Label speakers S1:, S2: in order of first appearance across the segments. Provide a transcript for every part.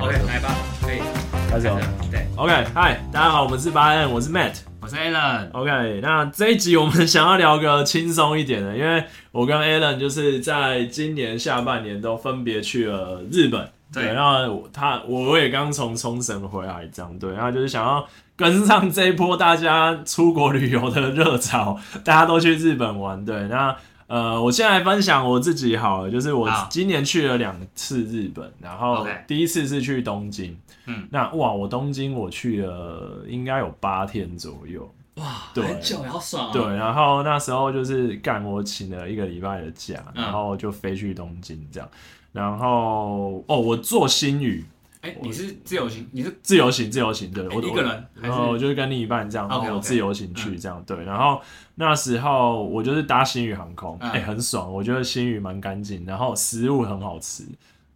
S1: OK，来吧，可以。
S2: 开始哦
S1: 对，
S2: OK，嗨，大家好，我们是巴恩，我是 Matt。
S1: 我是 Alan。
S2: OK，那这一集我们想要聊个轻松一点的，因为我跟 Alan 就是在今年下半年都分别去了日本。
S1: 对
S2: 那我他我我也刚从冲绳回来，这样对，然后就是想要跟上这一波大家出国旅游的热潮，大家都去日本玩。对，那呃，我先来分享我自己好了，就是我
S1: 好
S2: 今年去了两次日本，然后
S1: 啊 OK
S2: 第一次是去东京，
S1: 嗯，
S2: 那哇，我东京我去了应该有八天左右，
S1: 哇，
S2: 对
S1: 很久，好爽、哦。
S2: 对，，然后那时候就是干，我请了一个礼拜的假，
S1: 嗯
S2: 然后就飞去东京这样，然后哦，我做新语
S1: 哎、你是自由行，你是
S2: 自由行，自由行，对我
S1: 哎
S2: 哦
S1: 一个人
S2: 我
S1: 还
S2: 然后我
S1: 是？
S2: 就是跟另一半这样，然
S1: OK，OK，嗯
S2: 后我自由行去这样，对，然后那时候我就是搭新宇航空，
S1: 嗯
S2: 哎、很爽，我觉得新宇蛮干净，然后食物很好吃，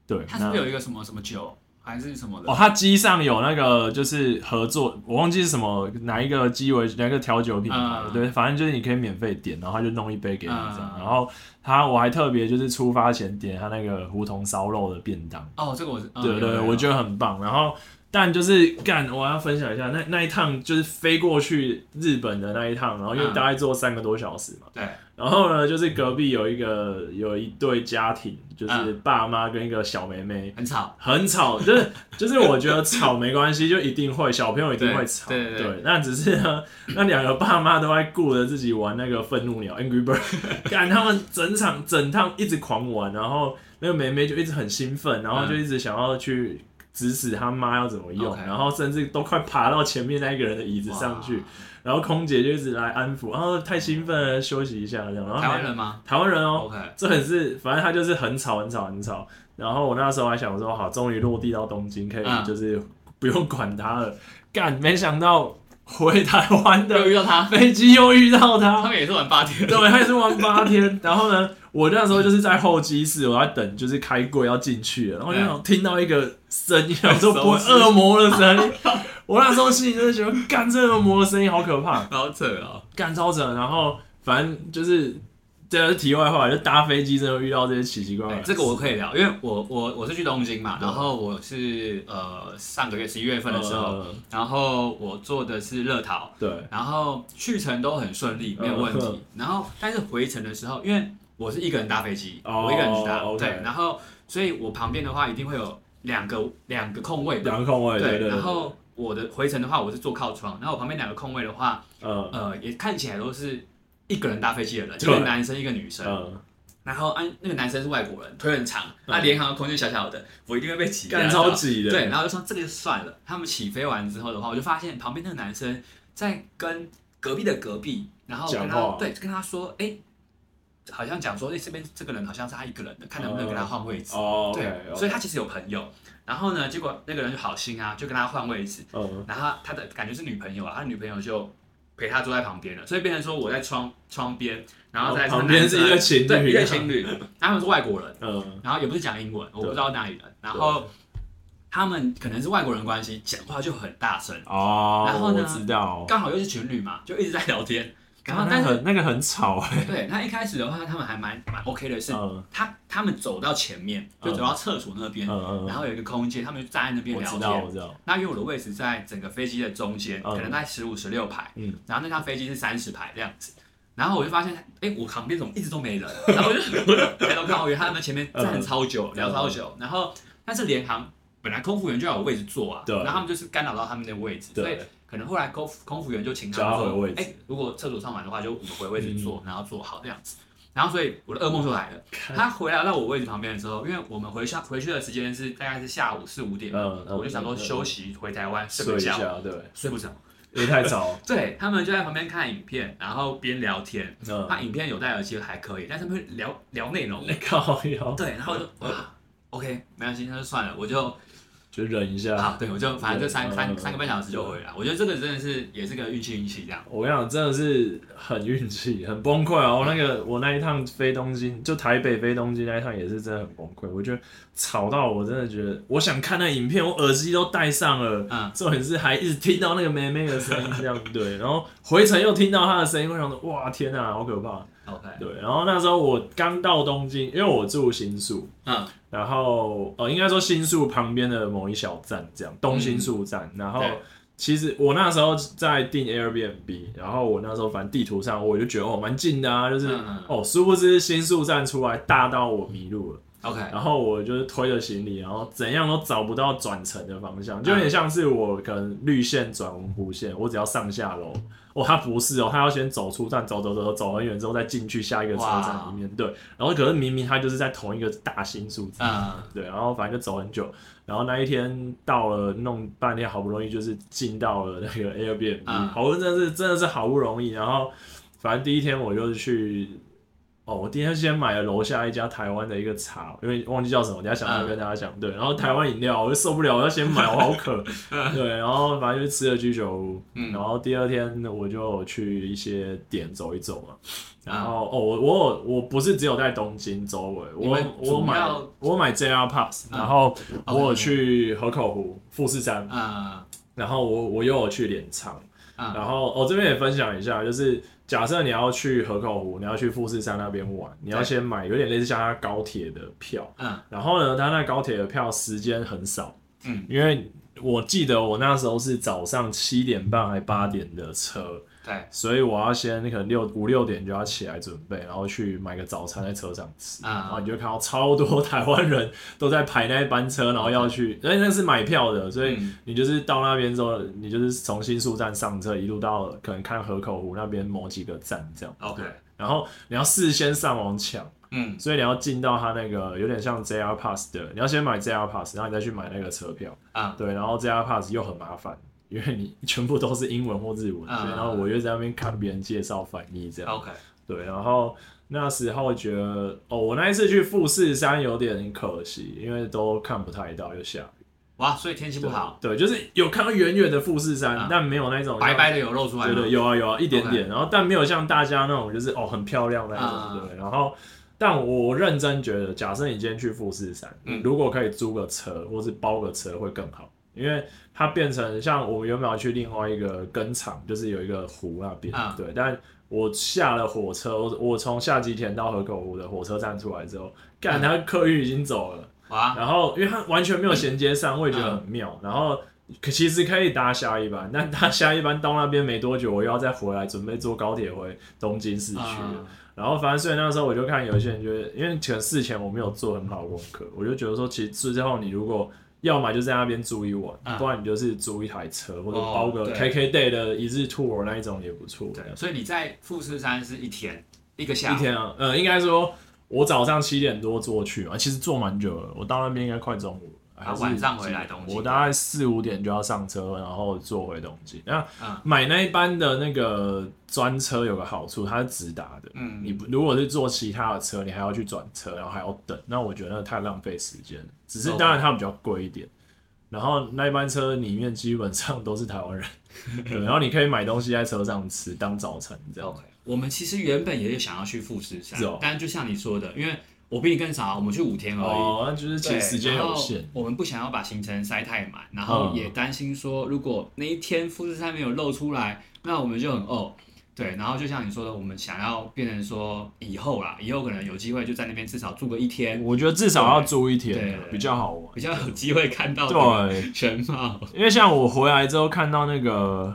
S2: 对，
S1: 他是
S2: 那
S1: 不是有一个什么什么酒还是什么的？
S2: 哦，它机上有那个就是合作，我忘记是什么哪一个鸡尾哪一个调酒品牌了，
S1: 嗯
S2: 对，反正就是你可以免费点，然后他就弄一杯给你这样。
S1: 嗯
S2: 然后他我还特别就是出发前点他那个胡同烧肉的便当，
S1: 哦，这个我是，嗯
S2: 对
S1: 有
S2: 对，
S1: 有
S2: 我
S1: 有
S2: 觉得很棒。然后但就是干，我要分享一下那那一趟就是飞过去日本的那一趟，然后因为
S1: 嗯
S2: 大概坐三个多小时嘛，
S1: 对，
S2: 然后呢就是隔壁有一个有一对家庭，就是
S1: 嗯
S2: 爸妈跟一个小妹妹。
S1: 很吵。
S2: 很吵，就是就是我觉得吵没关系，就一定会小朋友一定会吵，
S1: 对对对
S2: 那只是呢， 那两个爸妈都在顾着自己玩那个愤怒鸟 Angry Bird，干 他们整场整趟一直狂玩，然后那个妹妹就一直很兴奋，然后就一直想要去指使他妈要怎么用，
S1: OK
S2: 然后甚至都快爬到前面那一个人的椅子上去
S1: 哇，
S2: 然后空姐就一直来安抚，然后哎太兴奋了，休息一下这样，然后
S1: 台湾人吗
S2: 台湾人哦，
S1: ？OK，
S2: 这很是，反正他就是很吵，很吵，很吵。然后我那时候还想说，好，终于落地到东京，可
S1: 嗯
S2: 以就是不用管他了。干，没想到回台湾
S1: 没有
S2: 的
S1: 遇到 他，
S2: 飞机又遇到
S1: 他
S2: 他，
S1: 们也是玩八天。
S2: 对，他也是玩八天。然后呢，我那时候就是在候机室，我在等，就是开柜要进去了。然后就想听到一个啊声音，我 说不会
S1: 熟悉
S2: 恶魔的声音。我那时候心里就是觉得，干这恶魔的声音好可怕。
S1: 好扯哦，
S2: 干超扯，然后反正就是这个是题外话，就搭飞机真的遇到这些奇奇怪怪
S1: 哎
S2: 的事、
S1: 这个我可以聊，因为我我我是去东京嘛，然后我是呃上个月十一月份的时候，
S2: 呃
S1: 然后我坐的是乐桃，
S2: 对
S1: 然后去程都很顺利，没有问
S2: 嗯
S1: 题。然后但是回程的时候，因为我是一个人搭飞机，
S2: 哦
S1: 我一个人去搭，
S2: OK
S1: 对，然后所以我旁边的话一定会有两个两个空位，
S2: 两个空位，对对对，
S1: 然后我的回程的话，我是坐靠窗，然后我旁边两个空位的话，
S2: 呃
S1: 呃，也看起来都是一个人搭飞机的人，一
S2: 对
S1: 个男生一个女生，
S2: 呃，
S1: 然后啊那个男生是外国人，腿很长，那联航的空间小小的，我一定会被挤压
S2: 嗯干
S1: 到
S2: 超。级的，
S1: 对，然后就说这个就算了。他们起飞完之后的话，我就发现旁边那个男生在跟隔壁的隔壁，然后跟
S2: 讲
S1: 他
S2: 话
S1: 对跟他说，哎、好像讲说，哎、这边这个人好像是他一个人的，看能不能跟他换位置。
S2: 哦
S1: 对
S2: OK，
S1: 所以他其实有朋友。然后呢，结果那个人就好心啊，就跟他换位置。
S2: 嗯
S1: 然后他的感觉是女朋友啊，他女朋友就陪他坐在旁边了，所以变成说我在窗窗边，然后在
S2: 哦旁边是一个情侣
S1: 对，一个情侣，他们是外国人。
S2: 嗯
S1: 然后也不是讲英文，我不知道哪里人，然后他们可能是外国人关系，讲话就很大声，
S2: 哦，
S1: 然后呢
S2: 我知道，
S1: 刚好又是情侣嘛，就一直在聊天。然后
S2: 干
S1: 但
S2: 那
S1: 是
S2: 很那个很吵哎、
S1: 对，那一开始的话，他们还蛮蛮 OK 的是，
S2: 嗯
S1: 他他们走到前面，就走到厕所那边，
S2: 嗯嗯，
S1: 然后有一个空间，他们就站在那边
S2: 我
S1: 聊
S2: 知道我
S1: 天。
S2: 知道，
S1: 那因为我的位置在整个飞机的中间，
S2: 嗯
S1: 可能在十五、十六排，
S2: 嗯
S1: 然后那架飞机是三十排这样子。然后我就发现，哎，我旁边怎么一直都没人？然后我就我 就抬头看，我以为他们前面
S2: 嗯
S1: 站超久，聊超久。然后，但是联航本来空服员就要有位置坐啊，
S2: 对
S1: 然后他们就是干扰到他们的位置，
S2: 对
S1: 所以可能后来空服空服员就请他们
S2: 叫他回
S1: 说
S2: 位，置嗯
S1: 哎，如果厕所上完的话，就我们回位置坐，然后坐好这样子。然后，所以我的噩梦就来了。他回来到我位置旁边的时候，因为我们回下回去的时间是大概是下午四五点嘛，
S2: 嗯嗯
S1: 我就想说
S2: 嗯嗯
S1: 休息回台湾睡
S2: 睡
S1: 个
S2: 一
S1: 觉，
S2: 下，对，
S1: 睡不着，
S2: 也太早了。
S1: 对他们就在旁边看影片，然后边聊天。
S2: 嗯，
S1: 那影片有戴耳机还可以，但是他们会聊聊内容。
S2: 靠腰，
S1: 对，然后我就哇，OK，没关系，那就算了，我就
S2: 就忍一下。
S1: 好，对我就反正这三
S2: 嗯
S1: 三三个半小时就回来。我觉得这个真的是也是个运气运气这样。
S2: 我跟你讲，真的是很运气，很崩溃哦。那个我那一趟飞东京，就台北飞东京那一趟也是真的很崩溃。我觉得吵到我真的觉得，我想看那影片，我耳机都戴上了，
S1: 嗯
S2: 重点是还一直听到那个妹妹的声音，这样对。然后 回程又听到她的声音，我想说，哇，天啊，好可怕。
S1: OK，
S2: 对，然后那时候我刚到东京，因为我住新宿，
S1: 嗯
S2: 然后呃，应该说新宿旁边的某一小站，这样东新宿站。然后
S1: 对
S2: 其实我那时候在订 Airbnb，然后我那时候反正地图上我就觉得哦蛮近的啊，就是、
S1: 嗯嗯
S2: 哦，殊不知新宿站出来大到我迷路了，
S1: ，OK，
S2: 然后我就是推着行李，然后怎样都找不到转乘的方向，就有
S1: 嗯
S2: 点像是我可能绿线转文湖线，我只要上下楼。哦，他不是哦，他要先走出站，走走走走走很远之后再进去下一个车站里面，对。然后可是明明他就是在同一个大新宿站，
S1: 嗯
S2: 对，然后反正就走很久，然后那一天到了，弄半天，好不容易就是进到了那个 Airbnb，、
S1: 嗯
S2: 好不容易真的是真的是好不容易，然后反正第一天我就是去，哦，我第一天先买了楼下一家台湾的一个茶，因为忘记叫什么，我等一下想要
S1: 嗯
S2: 跟大家讲，对，然后台湾饮料我就受不了，我要先买，我好渴，对，然后反正就吃了居酒屋，
S1: 嗯
S2: 然后第二天我就去一些点走一走嘛。
S1: 啊
S2: 然后哦，我我有我不是只有在东京周围，
S1: 你
S2: 我
S1: 们
S2: 我
S1: 主
S2: 买
S1: 要
S2: 我买 JR Pass，
S1: 嗯
S2: 然后
S1: 哦
S2: 我有去河口湖、富士山，
S1: 嗯
S2: 然后我我又有去镰仓，
S1: 嗯
S2: 然后我、哦、这边也分享一下，就是假设你要去河口湖，你要去富士山那边玩，你要
S1: 对
S2: 先买有点类似像它高铁的票，
S1: 嗯
S2: 然后呢，它那高铁的票时间很少，
S1: 嗯，
S2: 因为我记得我那时候是早上七点半还八点的车，
S1: 对，
S2: 所以我要先可能六五六点就要起来准备，然后去买个早餐在车上吃，
S1: 啊
S2: 然后你就看到超多台湾人都在排那一班车，然后 要去，因为那是买票的，所以
S1: 嗯
S2: 你就是到那边之后，你就是从新宿站上车，一路到可能看河口湖那边某几个站这样。
S1: OK
S2: 对然后你要事先上网抢，
S1: 嗯
S2: 所以你要进到他那个有点像 JR Pass 的，你要先买 JR Pass，然后你再去买那个车票。
S1: 啊
S2: 对，然后 JR Pass 又很麻烦，因为你 全部都是英文或日文，
S1: 啊
S2: 所以然后我又在那边看别人介绍翻译这样。
S1: OK，
S2: 对，然后那时候觉得，哦，我那一次去富士山有点可惜，因为都看不太到，又下雨。
S1: 哇，所以天气不好，
S2: 对，就是有看到远远的富士山，
S1: 啊
S2: 但没有那种
S1: 白白
S2: 的。
S1: 的有露出来
S2: 对
S1: 吗，
S2: 对，有啊有啊，一点
S1: OK
S2: 点然后但没有像大家那种就是哦很漂亮那种
S1: 啊
S2: 对。然后，但我认真觉得，假设你今天去富士山，
S1: 嗯
S2: 如果可以租个车或是包个车会更好，因为它变成像我原本要去另外一个耕场，就是有一个湖那边，
S1: 啊
S2: 对，但。我下了火车，我我从下吉田到河口湖的火车站出来之后，
S1: 嗯
S2: 干，他客运已经走了，
S1: 哇，
S2: 然后因为它完全没有衔接上，我也觉得很妙。然后可其实可以搭下一班，但搭下一班到那边没多久，我又要再回来准备坐高铁回东京市区了。
S1: 啊
S2: 然后反正所以那时候我就看有一些人觉得，因为可能事前我没有做很好的功课，我就觉得说，其实之后你如果要么就在那边住一晚，
S1: 嗯
S2: 不然你就是租一台车或者
S1: 哦
S2: 包个
S1: 对
S2: KK day 的一日 tour 那一种也不错。
S1: 对，所以你在富士山是一天一个下
S2: 一
S1: 午，
S2: 天啊，呃，应该说我早上七点多坐去嘛，其实坐蛮久了，我到那边应该快中午了。
S1: 啊
S2: 还是
S1: 晚上回来东京
S2: 我大概四五点就要上车，然后坐回东京。那、
S1: 嗯
S2: 买那一班的那个专车有个好处，它是直达的。
S1: 嗯
S2: 你不如果是坐其他的车，你还要去转车，然后还要等，那我觉得那太浪费时间了。只是
S1: OK
S2: 当然它比较贵一点。然后那一班车里面基本上都是台 湾人，对，然后你可以买东西在车上吃当早餐这样。
S1: OK，我们其实原本也有想要去富士山，
S2: 哦是哦
S1: 但就像你说的，因为我比你更少，我们去五天而已。
S2: 哦，那就是其
S1: 对
S2: 实时间有，
S1: 然
S2: 限
S1: 后。我们不想要把行程塞太满，然后
S2: 嗯
S1: 也担心说，如果那一天富士山没有露出来，那我们就很哦，对。然后就像你说的，我们想要变成说以后啦，以后可能有机会就在那边至少住个一天，
S2: 我觉得至少要住一
S1: 对
S2: 天
S1: 对对
S2: 比较好玩。
S1: 比较有机会看到
S2: 哦对，啊
S1: 全貌。
S2: 因为像我回来之后看到那个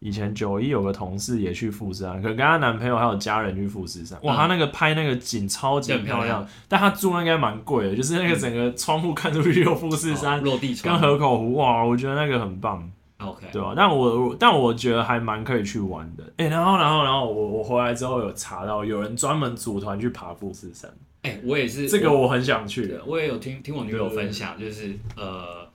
S2: 以前九一有个同事也去富士山，可能跟她男朋友还有家人去富士山，哇，
S1: 嗯
S2: 她那个拍那个景超级
S1: 很漂
S2: 漂
S1: 亮
S2: 亮，但她住那应该蛮贵的，就是那个整个窗户看出去有富士
S1: 哦
S2: 山
S1: 落地
S2: 跟
S1: 窗
S2: 河口湖，哇，我觉得那个很棒。
S1: ，OK，
S2: 对吧、啊但我我但我觉得还蛮可以去玩的。哎、然后然后然后我我回来之后有查到有人专门组团去爬富士山，
S1: 哎，我也是
S2: 这个我很想去
S1: 对，。我也有听听我女友分享，就是呃，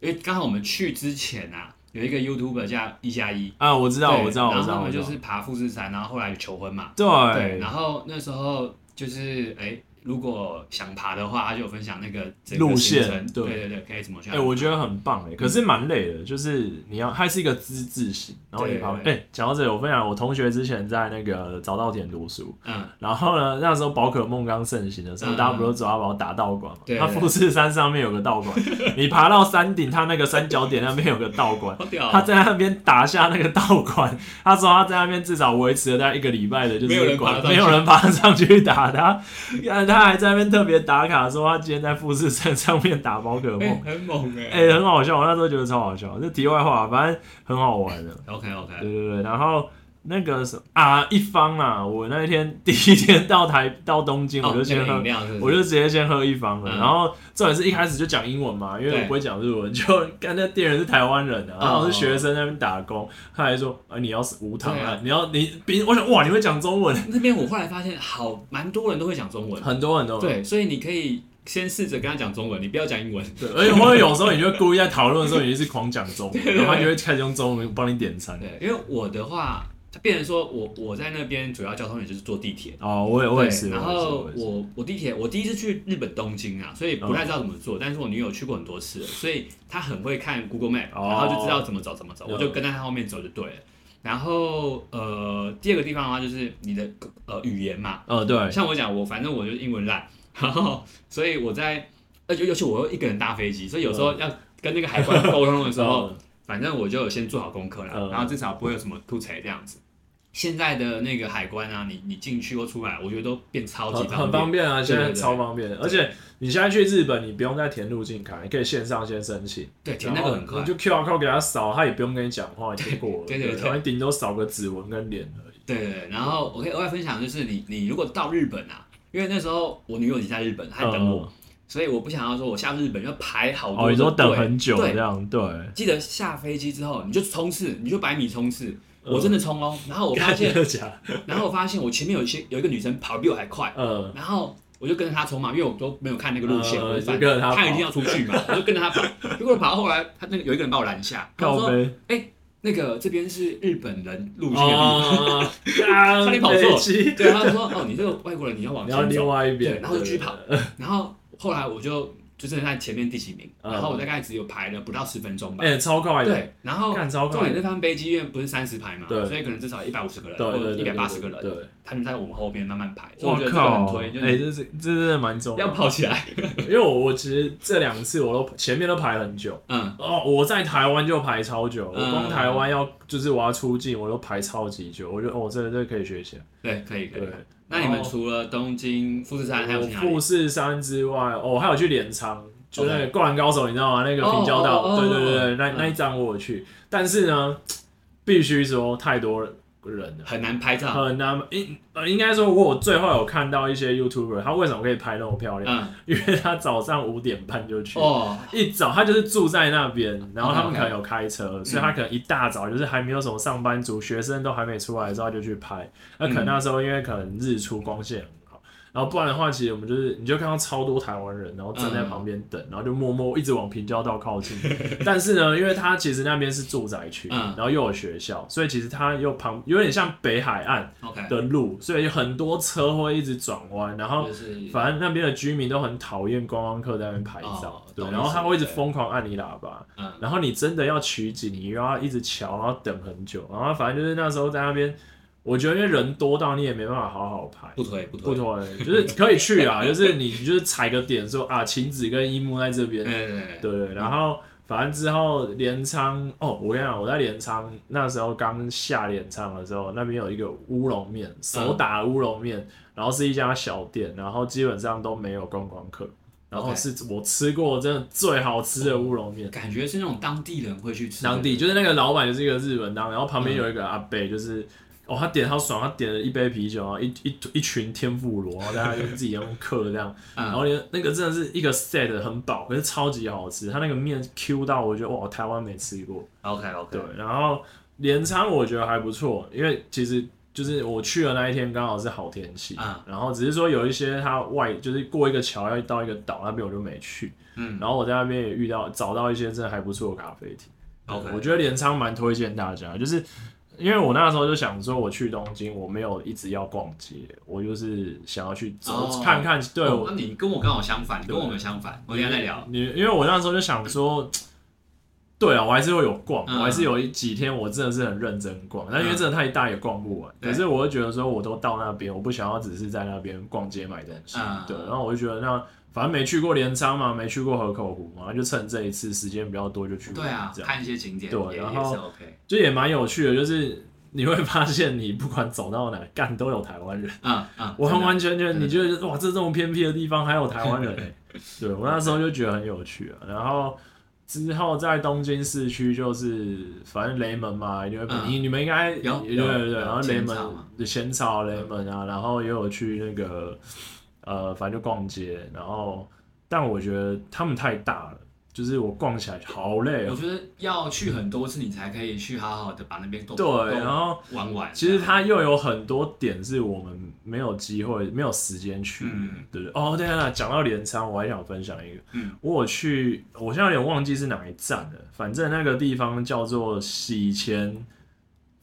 S1: 因为刚好我们去之前啊，有一个 YouTuber 叫一加一，
S2: 啊，我知道，
S1: 对
S2: 我知道，我
S1: 然
S2: 知
S1: 后
S2: 道，
S1: 他
S2: 我
S1: 们
S2: 知
S1: 就
S2: 道。
S1: 是爬富士山，然后后来求婚嘛，对，
S2: 对，
S1: 然后那时候就是哎、如果想爬的话，他就有分享那个整个
S2: 路线
S1: 行程
S2: 对
S1: 对对对，可以怎么去啊
S2: 哎、
S1: 安排？
S2: 我觉得很棒哎、可
S1: 嗯
S2: 是蛮累的，就是你要，它是一个资质型，然后你
S1: 对
S2: 旁
S1: 对
S2: 边，哎、讲到这里，我分享我同学之前在那个早稻田读书，
S1: 嗯，
S2: 然后呢，那时候宝可梦刚盛行的时候，
S1: 嗯
S2: 大家不都抓宝打道馆嘛？
S1: 对
S2: 它
S1: 对
S2: 富士山上面有个 道馆，你爬到山顶，它那个三角点那边有个道馆，
S1: 好屌哦，
S2: 他在那边打下那个道馆， 他说他在那边至少维持了大概一个礼拜的，就是
S1: 没有人爬
S2: 管
S1: 得上去
S2: 没有人爬得上去打他， 他还在那边特别打卡说他今天在富士山上面打宝可
S1: 哎
S2: 梦，
S1: 很猛哎、
S2: 哎、很好笑，我那时候觉得超好笑。这题外话，反正很好玩 的，
S1: OK OK，
S2: 对对对。然后那个什么啊，一方啊，我那一天第一天到台到东京，我
S1: 哦，
S2: 就
S1: 那
S2: 先
S1: 个
S2: 喝
S1: 饮料是不是
S2: 我就直接先喝一方了，
S1: 嗯
S2: 然后重点是一开始就讲英文嘛，因为
S1: 对
S2: 我不会讲日文，就看那店员是台湾人啊，然后我是学生在那边打工，他还说啊你要是无糖
S1: 对
S2: 啊
S1: 啊，
S2: 你要你比我想哇你会讲中文，
S1: 那边我后来发现好蛮多人都会讲中文，
S2: 很多很多
S1: 对，所以你可以先试着跟他讲中文，你不要讲英文。
S2: 对，而且或者有时候你就故意在讨论的时候，你就是狂讲中 文，然后他就会开始用中文帮你点餐。
S1: 对，因为我的话，变成说我我在那边主要交通也就是坐地铁。
S2: 哦，我也我也是，
S1: 对然
S2: 我也是
S1: 后
S2: 也是
S1: 我我地铁，我第一次去日本东京啊，所以不太知道怎么做，但是我女友去过很多次了，所以她很会看 Google Map，
S2: 嗯哦
S1: 然后就知道怎么走怎么走，
S2: 嗯
S1: 我就跟在她后面走就对了。然后呃，第二个地方的话就是你的呃语言嘛，
S2: 呃对，
S1: 像我讲，我反正我就是英文烂， 然后所以我在，而且尤其我又一个人搭飞机，所以有时候
S2: 嗯
S1: 要跟那个海关沟通的 时候，反正我就有先做好功课了
S2: 嗯，
S1: 然后至少不会有什么突踩这样子。现在的那个海关啊，你你进去或出来，我觉得都变超级
S2: 很
S1: 方
S2: 很
S1: 便。
S2: 方便啊，
S1: 对
S2: 现在
S1: 对对
S2: 超方便，而且你现在去日本，你不用再填入境卡，你可以线上先申请。
S1: 对，填那个很快
S2: 你。就 QR code 给他扫，他也不用跟你讲话，你就过了。
S1: 对对对
S2: 然后你顶多扫个指纹跟脸而已。
S1: 对对对，然后我可以额外分享，就是你你如果到日本啊，因为那时候我女友已经在日本，她在等我，
S2: 嗯
S1: 所以我不想要说我下日本要排好多
S2: 哦，你说
S1: 的
S2: 等
S1: 队
S2: 很久
S1: 对
S2: 这样，对，
S1: 记得下飞机之后，你就冲刺，你就百米冲刺。
S2: 嗯
S1: 我真的冲哦，然后我发现，
S2: 假，
S1: 然后我发现我前面有一些有一个女生跑得比我还快，
S2: 嗯，
S1: 然后我就跟着她冲嘛，因为我都没有看那个路线，
S2: 嗯
S1: 我就反
S2: 就跟着她跑
S1: 她一定要出去 嘛，我就跟着她跑。结果跑到后来，她那个有一个人把我拦下，他
S2: 靠
S1: 说哎
S2: 背，：“
S1: 那个这边是日本人路线的地方。
S2: 哦，啊
S1: 差点跑错
S2: 北极
S1: 对，他就说：“哦，你这个外国人，你要往
S2: 然后
S1: 前
S2: 另
S1: 走。
S2: 外一边
S1: 对，然后就继续跑
S2: 对对对”
S1: 然后后来我就就真的在前面第几名，
S2: 嗯
S1: 然后我大概只有排了不到十分钟吧。
S2: 哎，超快的，
S1: 对，然后
S2: 干超
S1: 重
S2: 快
S1: 点
S2: 的，
S1: 那趟飞机因为不是三十排嘛，
S2: 对
S1: 所以可能至少一百五十个人
S2: 对
S1: 或
S2: 对
S1: 者一
S2: 对，
S1: 百八十个
S2: 对
S1: 人，
S2: 对，
S1: 他们在我们后面慢慢排，所以
S2: 我
S1: 我觉得这个
S2: 靠
S1: 很，推，就
S2: 哎，
S1: 是
S2: 这是这真的蛮重
S1: 要
S2: 要，
S1: 跑起来。
S2: 因为我我其实这两次我都前面都排很久。
S1: 嗯，
S2: 哦，我在台湾就排超久，我
S1: 嗯
S2: 光台湾要就是我要出境，我都排超级久，我就哦，这个这个可以学起来。
S1: 对，可以可以
S2: 对。，
S1: 那你们
S2: 然后
S1: 除了东京、富士山还有去哪
S2: 富
S1: 里？
S2: 士山之外，哦，我还有去镰仓，就那个《灌篮高手》，你知道吗？那个
S1: 哦
S2: 平交道，
S1: 哦哦
S2: 对对对对，那
S1: 嗯
S2: 那一张我有去，但是呢，必须说太多人了。
S1: 很难拍照。
S2: 很难应呃，应该说，我有最后有看到一些 YouTuber，他为什么可以拍那么漂亮？
S1: 嗯，
S2: 因为他早上五点半就去，
S1: 哦，
S2: 一早他就是住在那边，然后他们
S1: OK，OK
S2: 可能有开车，所以他可能一大早就是还没有什么上班族、学生都还没出来的时候他就去拍。那可能
S1: 嗯
S2: 那时候因为可能日出光线很好，然后不然的话，其实我们就是你就看到超多台湾人，然后站在旁边等，然后就默默一直往平交道靠近。但是呢，因为他其实那边是住宅区，
S1: 嗯
S2: 然后又有学校，所以其实他又旁有点像北海岸
S1: OK，
S2: 的路，所以很多车会一直转弯，然后
S1: 就是
S2: 反正那边的居民都很讨厌观光客在那边拍照，
S1: 哦
S2: 对，
S1: 懂
S2: 然后
S1: 意思
S2: 他会一直
S1: 对
S2: 疯狂按你喇叭，
S1: 嗯，
S2: 然后你真的要取景，你又要一直瞧，然后等很久，然后反正就是那时候在那边，我觉得因为人多到你也没办法好好拍，
S1: 不推不推。
S2: 不同人就是可以去啊，就是你就是踩个点说啊，晴子跟樱木在这边
S1: 对，对对嗯对，
S2: 对对，然后反正之后镰仓哦，我跟你讲，我在镰仓那时候刚下镰仓的时候，那边有一个乌龙面，手打乌龙面，然后是一家小店，然后基本上都没有观光客，然后
S1: OK
S2: 是我吃过真的最好吃的乌龙面。
S1: 感觉是那种当地人会去吃的。
S2: 当地就是那个老板就是一个日本当，然后旁边有一个阿伯，
S1: 嗯
S2: 就是、哦，他点好爽，他点了一杯啤酒，然后一一一群天妇罗，然后大家就自己用嗑这样，
S1: 嗯
S2: 然后那个真的是一个 set 很饱，可是超级好吃，他那个面 Q 到我觉得哇，台湾没吃过，
S1: OK
S2: 对
S1: OK，，
S2: 然后镰仓我觉得还不错，因为其实。就是我去的那一天刚好是好天气，
S1: 嗯
S2: 然后只是说有一些它外就是过一个桥要到一个岛那边我就没去，
S1: 嗯
S2: 然后我在那边也遇到找到一些真的还不错的咖啡厅，
S1: OK
S2: 我觉得镰仓蛮推荐大家，就是因为我那时候就想说，我去东京，我没有一直要逛街，我就是想要去走、
S1: 哦
S2: 看看。对，
S1: 哦
S2: 我
S1: 那你跟我刚好相反，你跟我们相反，我等一下再聊。
S2: 你，因为我那时候就想说。对啊，我还是会有逛，
S1: 嗯
S2: 我还是有一几天我真的是很认真逛，但因为真的太大也逛不完。
S1: 对
S2: 可是我就觉得说，我都到那边，我不想要只是在那边逛街买东西。
S1: 嗯
S2: 对，然后我就觉得那反正没去过镰仓嘛，没去过河口湖嘛，就趁这一次时间比较多就去玩。
S1: 对啊
S2: 这，样
S1: 看一些景点
S2: 对
S1: 也也
S2: 然后
S1: 是 OK。
S2: 就也蛮有趣的，就是你会发现，你不管走到哪，干都有台湾人。
S1: 嗯嗯，
S2: 完
S1: 真的
S2: 完全全，
S1: 真的
S2: 你觉得哇，这这么偏僻的地方还有台湾人、 欸，对我那时候就觉得很有趣啊。然后之后在东京市区，就是反正雷门嘛，你们、
S1: 嗯
S2: 你你们应该
S1: 有
S2: 对
S1: 有
S2: 对对，
S1: 有
S2: 然后雷
S1: 浅
S2: 门
S1: 草嘛嗯
S2: 对浅草雷门啊，然后也有去那个呃，反正就逛街，然后但我觉得他们太大了，就是我逛起来好累
S1: 我
S2: 哦。
S1: 觉得要去很多次，你才可以去好好的把那边都
S2: 对，然后
S1: 玩玩。
S2: 其实它又有很多点是我们没有机会、没有时间去的，
S1: 嗯
S2: 对不对？哦，对啊，讲到镰仓，我还想分享一个，
S1: 嗯
S2: 我有去，我现在有点忘记是哪一站了，反正那个地方叫做洗钱，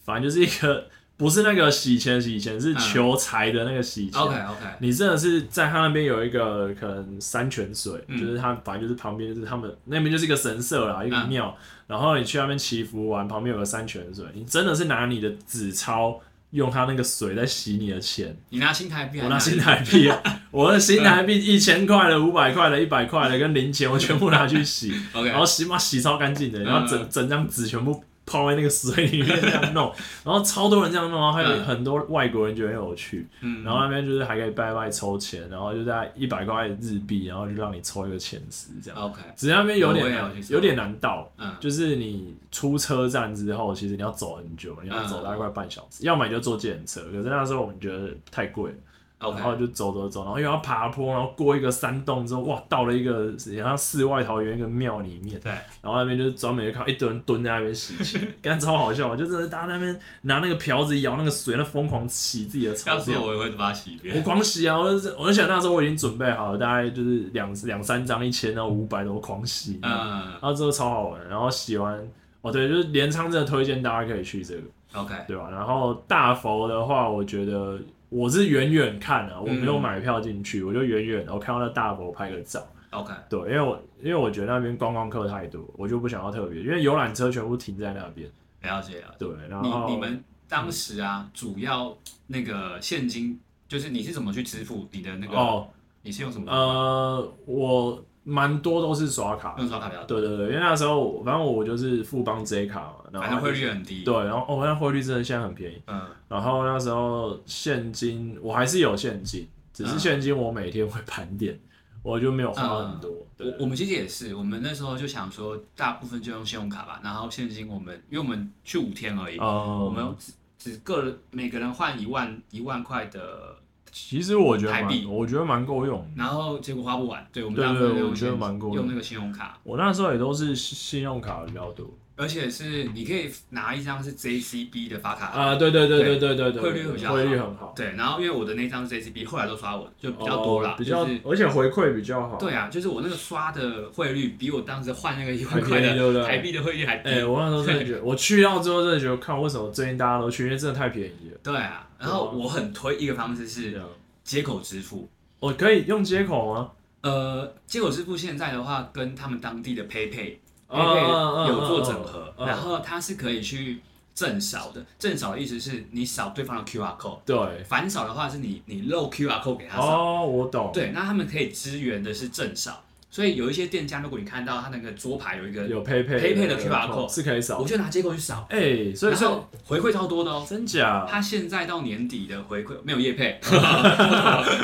S2: 反正就是一个不是那个洗钱洗钱，是
S1: 嗯
S2: 求财的那个洗钱。
S1: OK OK，
S2: 你真的是在他那边有一个可能山泉水，
S1: 嗯
S2: 就是他反正就是旁边就是他们那边就是一个神社啦，一个
S1: 嗯
S2: 庙，然后你去那边祈福完，旁边有个山泉水，你真的是拿你的纸钞用它那个水在洗你的钱，
S1: 你拿新台币，
S2: 我拿新，台币啊，我的新 台
S1: 嗯
S2: 币一千块的、五百块的、一百块的跟零钱，我全部拿去洗，
S1: OK
S2: 然后洗嘛洗超干净
S1: 嗯
S2: 的，然后整整张纸全部。泡在那个水里面这样弄， 然后超多人这样弄，然后还有
S1: 嗯
S2: 很多外国人觉得很有趣，
S1: 嗯，
S2: 然后那边就是还可以拜拜抽签，然后就在一百块日币，然后就让你抽一个签丝这样。
S1: OK，
S2: 只是那边有
S1: 哦我
S2: 点
S1: 也有
S2: 难
S1: 去抽
S2: 有点难到，
S1: 嗯，
S2: 就是你出车站之后，其实你要走很久，你要
S1: 嗯
S2: 走大概快半小时，要么你就坐计程车。可是那时候我们觉得太贵了，
S1: OK，
S2: 然后就走走走，然后又要爬坡，然后过一个山洞之后，哇，到了一个然后世外桃源一个庙里面，
S1: 对，
S2: 然后那边就是专门就看到一堆人蹲在那边洗钱， 干超好笑，就真的大家在那边拿那个瓢子舀那个水，那疯狂洗自己的钞
S1: 要是
S2: 票。
S1: 我也会把它洗一遍
S2: 我。狂洗啊！我就是，我就想那时候我已经准备好了，大概就是两两三张一千，然后五百的，我狂洗，然
S1: 嗯
S2: 后之后超好玩，然后洗完，哦对，就是镰仓真的推荐大家可以去这个，
S1: ，OK，
S2: 对吧？然后大佛的话，我觉得我是远远看啊，我没有
S1: 嗯
S2: 买票进去，我就远远我看到那大佛拍个照，
S1: OK，
S2: 对，因为我因为我觉得那边观光客太多，我就不想要特别，因为游览车全部停在那边，
S1: 了解了解。
S2: 对，然
S1: 你
S2: 后
S1: 你们当时啊，主要那个现金，就是你是怎么去支付你的那个？
S2: 哦
S1: 你是用什么？
S2: 呃，我蛮多都是刷卡的
S1: 用刷卡比较多，
S2: 对对对，因为那时候我反正我就是富邦 J 卡嘛，然后
S1: 反正汇率很低。
S2: 对，，然后哦，那汇率真的现在很便宜。
S1: 嗯
S2: 然后那时候现金我还是有现金，只是
S1: 嗯
S2: 现金我每天会盘点，我就没有花很多。
S1: 我
S2: 对
S1: 我们其实也是，我们那时候就想说，大部分就用信用卡吧，然后现金我们，因为我们去五天而已，
S2: 呃，
S1: 我们只只个人每个人换一万一万块的，
S2: 其实我觉得
S1: 台
S2: 蛮
S1: 币
S2: 我觉得蛮够用的。
S1: 然后结果花不完。对，我们
S2: 对
S1: 大部
S2: 对
S1: 分
S2: 我
S1: 用
S2: 觉得
S1: 现
S2: 蛮够的
S1: 用那个信用卡，
S2: 我那时候也都是信信用卡比较多
S1: 而且是你可以拿一张是 JCB 的发卡，
S2: 啊，对对对对对对对，
S1: 汇率比较好
S2: 汇率很好，
S1: 对，然后因为我的那张是 JCB，后来都刷我的，就比较
S2: 哦
S1: 多啦，
S2: 比较
S1: 就是
S2: 而且回馈比较好。
S1: 对啊，就是我那个刷的汇率比我当时换那个一
S2: 还
S1: 万
S2: 便宜
S1: 块
S2: 对不对
S1: 的台币的汇率还低。
S2: 哎、我那时候真的觉得，我去到之后真的觉得，看为什么最近大家都去，因为真的太便宜了。
S1: 对啊，然后我很推一个方式
S2: 这
S1: 是
S2: 样
S1: 接口支付。
S2: 我可以用接口吗？
S1: 呃，接口支付现在的话，跟他们当地的 PayPay
S2: 啊啊
S1: PayPay
S2: 啊
S1: 有做整合，
S2: 啊
S1: 然后它是可以去正扫的。正扫的意思是你扫对方的 QR code，
S2: 对，
S1: 反扫的话是你你漏 QR code 给他扫。
S2: 哦，我懂，，
S1: 对，那他们可以支援的是正少，所以有一些店家，如果你看到他那个桌牌有一个，
S2: 有 PayPay
S1: PayPay 的 QR code
S2: 是可以扫
S1: 我，就拿接口去扫，
S2: 哎、所以
S1: 然
S2: 说
S1: 后回馈超多的哦。
S2: 真假，
S1: 他现在到年底的回馈没有业 配，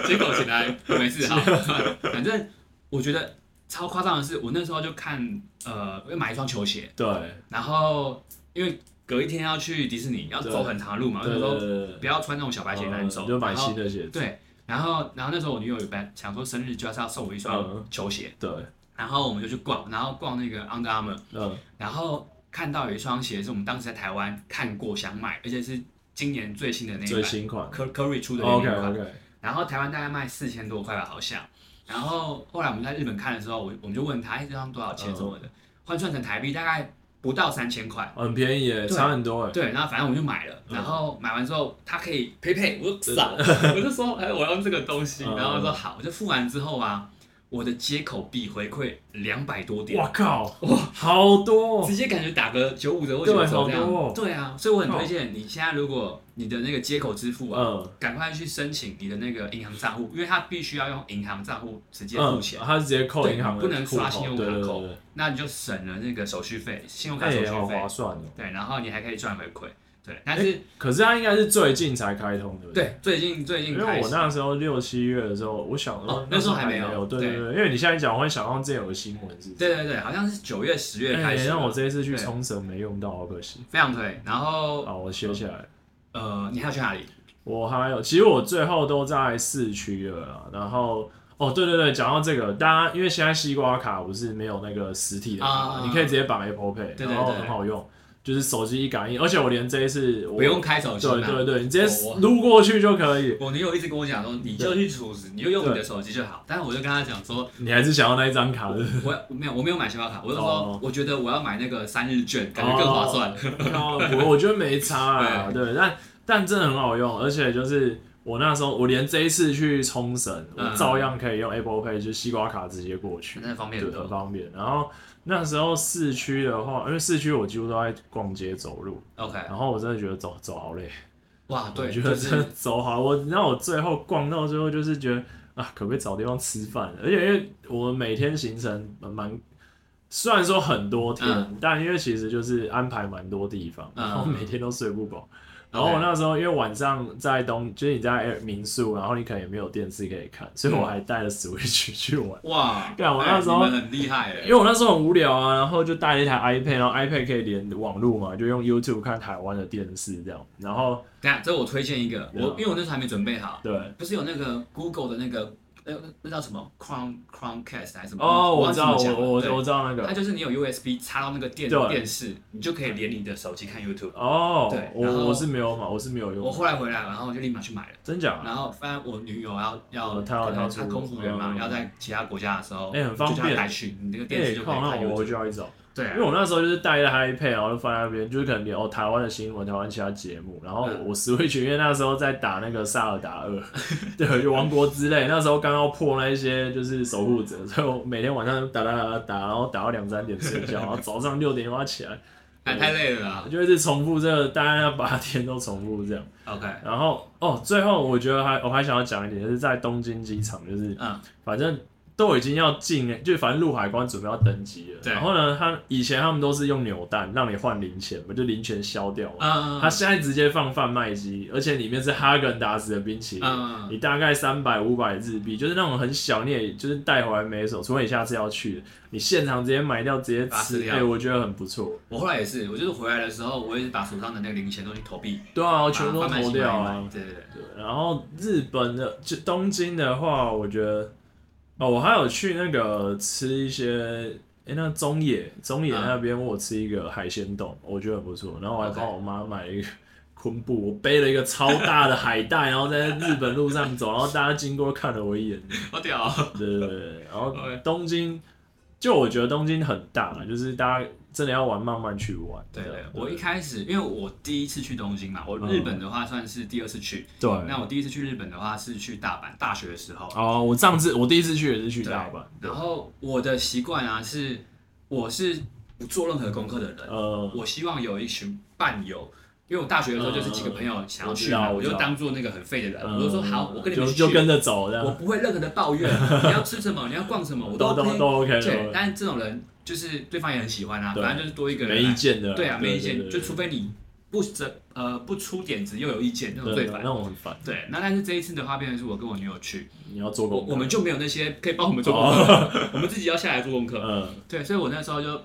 S1: 接口起来没事哈。
S2: 啊
S1: 反正我觉得超夸张的是，我那时候就看呃，我买一双球鞋，
S2: 对，
S1: 然后因为隔一天要去迪士尼，要
S2: 对
S1: 走很长的路嘛，我就
S2: 对对
S1: 说
S2: 对对
S1: 不要穿那种小白鞋难
S2: 嗯
S1: 走，
S2: 就买
S1: 然后
S2: 新的鞋子，
S1: 对，然后然后那时候我女友有班想说生日就是要送我一双
S2: 嗯
S1: 球鞋，
S2: 对，
S1: 然后我们就去逛，然后逛那个 Under Armour，
S2: 嗯，
S1: 然后看到有一双鞋是我们当时在台湾看过想买，而且是今年最新的那一
S2: 最
S1: 版
S2: 新款
S1: 科 Curry 出的那一
S2: ，OK
S1: 款，
S2: OK，
S1: 然后台湾大概卖四千多块吧，好像。然后后来我们在日本看的时候，我我们就问他哎这双多少钱
S2: 嗯
S1: 什么的，换算成台币大概不到三千块。
S2: 很便宜耶，
S1: 对
S2: 差很多哎。
S1: 对，然后反正我就买了，
S2: 嗯
S1: 然后买完之后它可以配配，我就
S2: 对
S1: 傻， 我就说哎，我要用这个东西，
S2: 嗯
S1: 然后他说好，我就付完之后啊，我的接口币回馈两百多点
S2: 哇，靠，哇，好多哦
S1: 直接感觉打个九五折或九折这
S2: 对好多哦
S1: 样，对啊，所以我很推荐你现在如果你的那个接口支付啊，
S2: 嗯
S1: 赶快去申请你的那个银行账户，因为它必须要用银行账户直接付
S2: 嗯，
S1: 钱，
S2: 他是直接扣银行的
S1: 对不能
S2: 户
S1: 刷
S2: 头
S1: 信用卡
S2: 对对对
S1: 扣
S2: 对
S1: 那你就省了那个手续费，信用卡
S2: 那
S1: 手续
S2: 也好划
S1: 费，
S2: 算哦。
S1: 对，然后你还可以赚回馈，对，但是
S2: 可是它应该是最近才开通，对不对？
S1: 对最近最
S2: 因
S1: 近
S2: 为
S1: 开
S2: 我
S1: 始。
S2: 那时候六七月的时候，我想
S1: 哦
S2: 那
S1: 那时候
S2: 还
S1: 还没有
S2: 对对
S1: 对
S2: 对，因为你现在讲，我会想到之前有个新闻是，
S1: 对对对，好像是九月、十月
S2: 哎
S1: 开，始的，
S2: 让我这一次去
S1: 对
S2: 冲绳没用到，好可惜。
S1: 非常推。然后
S2: 好，我歇下来。
S1: 呃，你还要去哪里？
S2: 我还有，其实我最后都在市区了啦。然后，哦，对对对，讲到这个，大家因为现在西瓜卡不是没有那个实体的卡嘛，
S1: 啊
S2: 你可以直接绑 Apple Pay，
S1: 对对
S2: 然后
S1: 对
S2: 很好用，就是手机一感应，而且我连这一次我
S1: 不用开手机
S2: 对
S1: 嘛。
S2: 哦对对，你直接
S1: 我
S2: 撸过去就可以。
S1: 我女友一直跟我讲说，你就去储值，你就用你的手机就好。但是我就跟她讲说，
S2: 你还是想要那一张卡的，
S1: 我我没有我没有买星巴卡，我就
S2: 哦
S1: 说我觉得我要买那个三日券，感觉更划算。
S2: 哦我 我觉得没差啦，对，但但真的很好用，而且就是我那时候我连这一次去冲绳，我
S1: 嗯
S2: 照样可以用 Apple Pay，就是西瓜卡直接过去
S1: 真。的方便
S2: 对，
S1: 很
S2: 很
S1: 多。
S2: 方便。然后那时候市区的话，因为市区我几乎都在逛街走路，
S1: OK，
S2: 然后我真的觉得走走好累，
S1: 哇，
S2: 我
S1: 对，
S2: 觉
S1: 就
S2: 得真的
S1: 是
S2: 走好。我然后我最后逛到最后就是觉得啊，可不可以找地方吃饭？而且因为我每天行程蛮。虽然说很多天，
S1: 嗯
S2: 但因为其实就是安排蛮多地方，
S1: 嗯
S2: 然后每天都睡不饱。然后我
S1: OK
S2: 那时候因为晚上在东，就是你在民宿，然后你可能也没有电视可以看，所以
S1: 嗯
S2: 我还带了 Switch 去玩。
S1: 哇，
S2: 干我
S1: 哎
S2: 那时候
S1: 你们很厉害
S2: 因
S1: 耶。
S2: 为我那时候很无聊啊，然后就带了一台 iPad，然后 iPad 可以连网络嘛，就用 YouTube 看台湾的电视这样。然后
S1: 等一下，这我推荐一个，
S2: 对啊
S1: 我因为我那时候还没准备好，
S2: 对，
S1: 不是有那个 Google 的那个呃那叫什么 Chrome Chromecast 还是什么？
S2: 哦，
S1: 嗯
S2: 我
S1: 忘
S2: 知
S1: 记怎么
S2: 道，我
S1: 讲了
S2: 我
S1: 对
S2: 我知道那
S1: 它
S2: 个，
S1: 就是你有 USB 插到那个电
S2: 对
S1: 电视，你就可以连你的手机看 YouTube。
S2: 哦
S1: 对，然
S2: 我
S1: 后
S2: 我是没有买，我是没有
S1: 我
S2: 用，
S1: 后来回来，然后我就立马去买了。
S2: 真假啊？
S1: 然后发现我女友要
S2: 哦
S1: 要，
S2: 她要
S1: 可能
S2: 她出
S1: 她空服员嘛
S2: 嗯，
S1: 要在其他国家的时候，
S2: 哎很方便
S1: 就叫她带去你那个电
S2: 哎
S1: 视，就可以看
S2: 靠，那我我
S1: YouTube。
S2: 就要一种，
S1: 对
S2: 因
S1: 啊
S2: 为，我那时候就是带了 iPad，然后就放在那边，就是可能连哦台湾的新闻、台湾其他节目，然后
S1: 嗯
S2: 我 Switch 因为那时候在打那个《萨尔达二》， 对，就王国之泪，那时候刚要破那一些就是守护者，所以我每天晚上打打打打打，然后打到两三点睡觉，然后早上六点又要起来，
S1: 哎太累了啦。
S2: 就一直重复这个，大概要 八天都重复这样。
S1: OK，
S2: 然后哦，最后我觉得还我还想要讲一点，就是在东京机场，就是
S1: 嗯，
S2: 反正都已经要进，就反正入海关准备要登机了。
S1: 对
S2: 然后呢，他以前他们都是用扭蛋让你换零钱，不就零钱消掉嘛。
S1: 嗯，
S2: 他现在直接放贩卖机，而且里面是哈根达斯的冰淇淋。
S1: 嗯嗯
S2: 你大概三百五百日币，就是那种很小，你也就是带回来没手，除非你下次要去，你现场直接买掉直接
S1: 把它吃
S2: 吃，哎、
S1: 掉
S2: 我觉得很不错。
S1: 我后来也是，我就是回来的时候，我也是把手上的那个零钱都去投币，
S2: 对啊，我全部都
S1: 把贩卖
S2: 投
S1: 机
S2: 掉
S1: 买一
S2: 啊
S1: 买。对对对，
S2: 对然后日本的就东京的话，我觉得哦，我还有去那个吃一些，哎，那中野中野
S1: 嗯
S2: 那边我有吃一个海鲜冻，我觉得很不错。然后我还
S1: OK
S2: 帮我妈买了一个 昆布，我背了一个超大的海带， 然后在日本路上走，然后大家经过看了我一眼，
S1: 好屌哦。
S2: 对对对对。然后
S1: OK
S2: 东京，就我觉得东京很大，就是大家真的要玩慢慢去玩。
S1: 对
S2: 这
S1: 对
S2: 样，
S1: 我一开始因为我第一次去东京嘛，我日本的话算是第二次去，
S2: 对。
S1: 那我第一次去日本的话是去大阪，大学的时候，
S2: 嗯哦，我上次我第一次去也是去
S1: 对
S2: 大阪，
S1: 然后我的习惯啊是，我是不做任何功课的人，
S2: 呃，
S1: 我希望有一群伴游。因为我大学的时候就是几个朋友想要去嘛，
S2: 嗯我
S1: 我
S2: 知道
S1: 就当做那个很废的人，
S2: 嗯
S1: 我就说好，我跟你们
S2: 就
S1: 去，
S2: 就跟着走这
S1: 我
S2: 样，
S1: 不会任何的抱 怨，你要吃什么，你要逛什么，我
S2: 都
S1: OK
S2: 都都 OK，
S1: 对，
S2: 都
S1: 但是这种人就是对方也很喜欢啊，
S2: 对
S1: 反正就是多一个人
S2: 没
S1: 来
S2: 意见的，
S1: 对啊，没意
S2: 对
S1: 见，
S2: 对
S1: 就
S2: 对
S1: 除非你不这呃不出点子又有意见那种
S2: 对
S1: 最
S2: 对
S1: 烦
S2: 那。种很烦，
S1: 对，那但是这一次的话，变成是我跟我女友去，
S2: 你要做
S1: 我
S2: 功课，
S1: 我们就没有那些可以帮我们做功课
S2: 哦
S1: 的，我们自己要下来做功课。
S2: 嗯，
S1: 对，所以我那时候就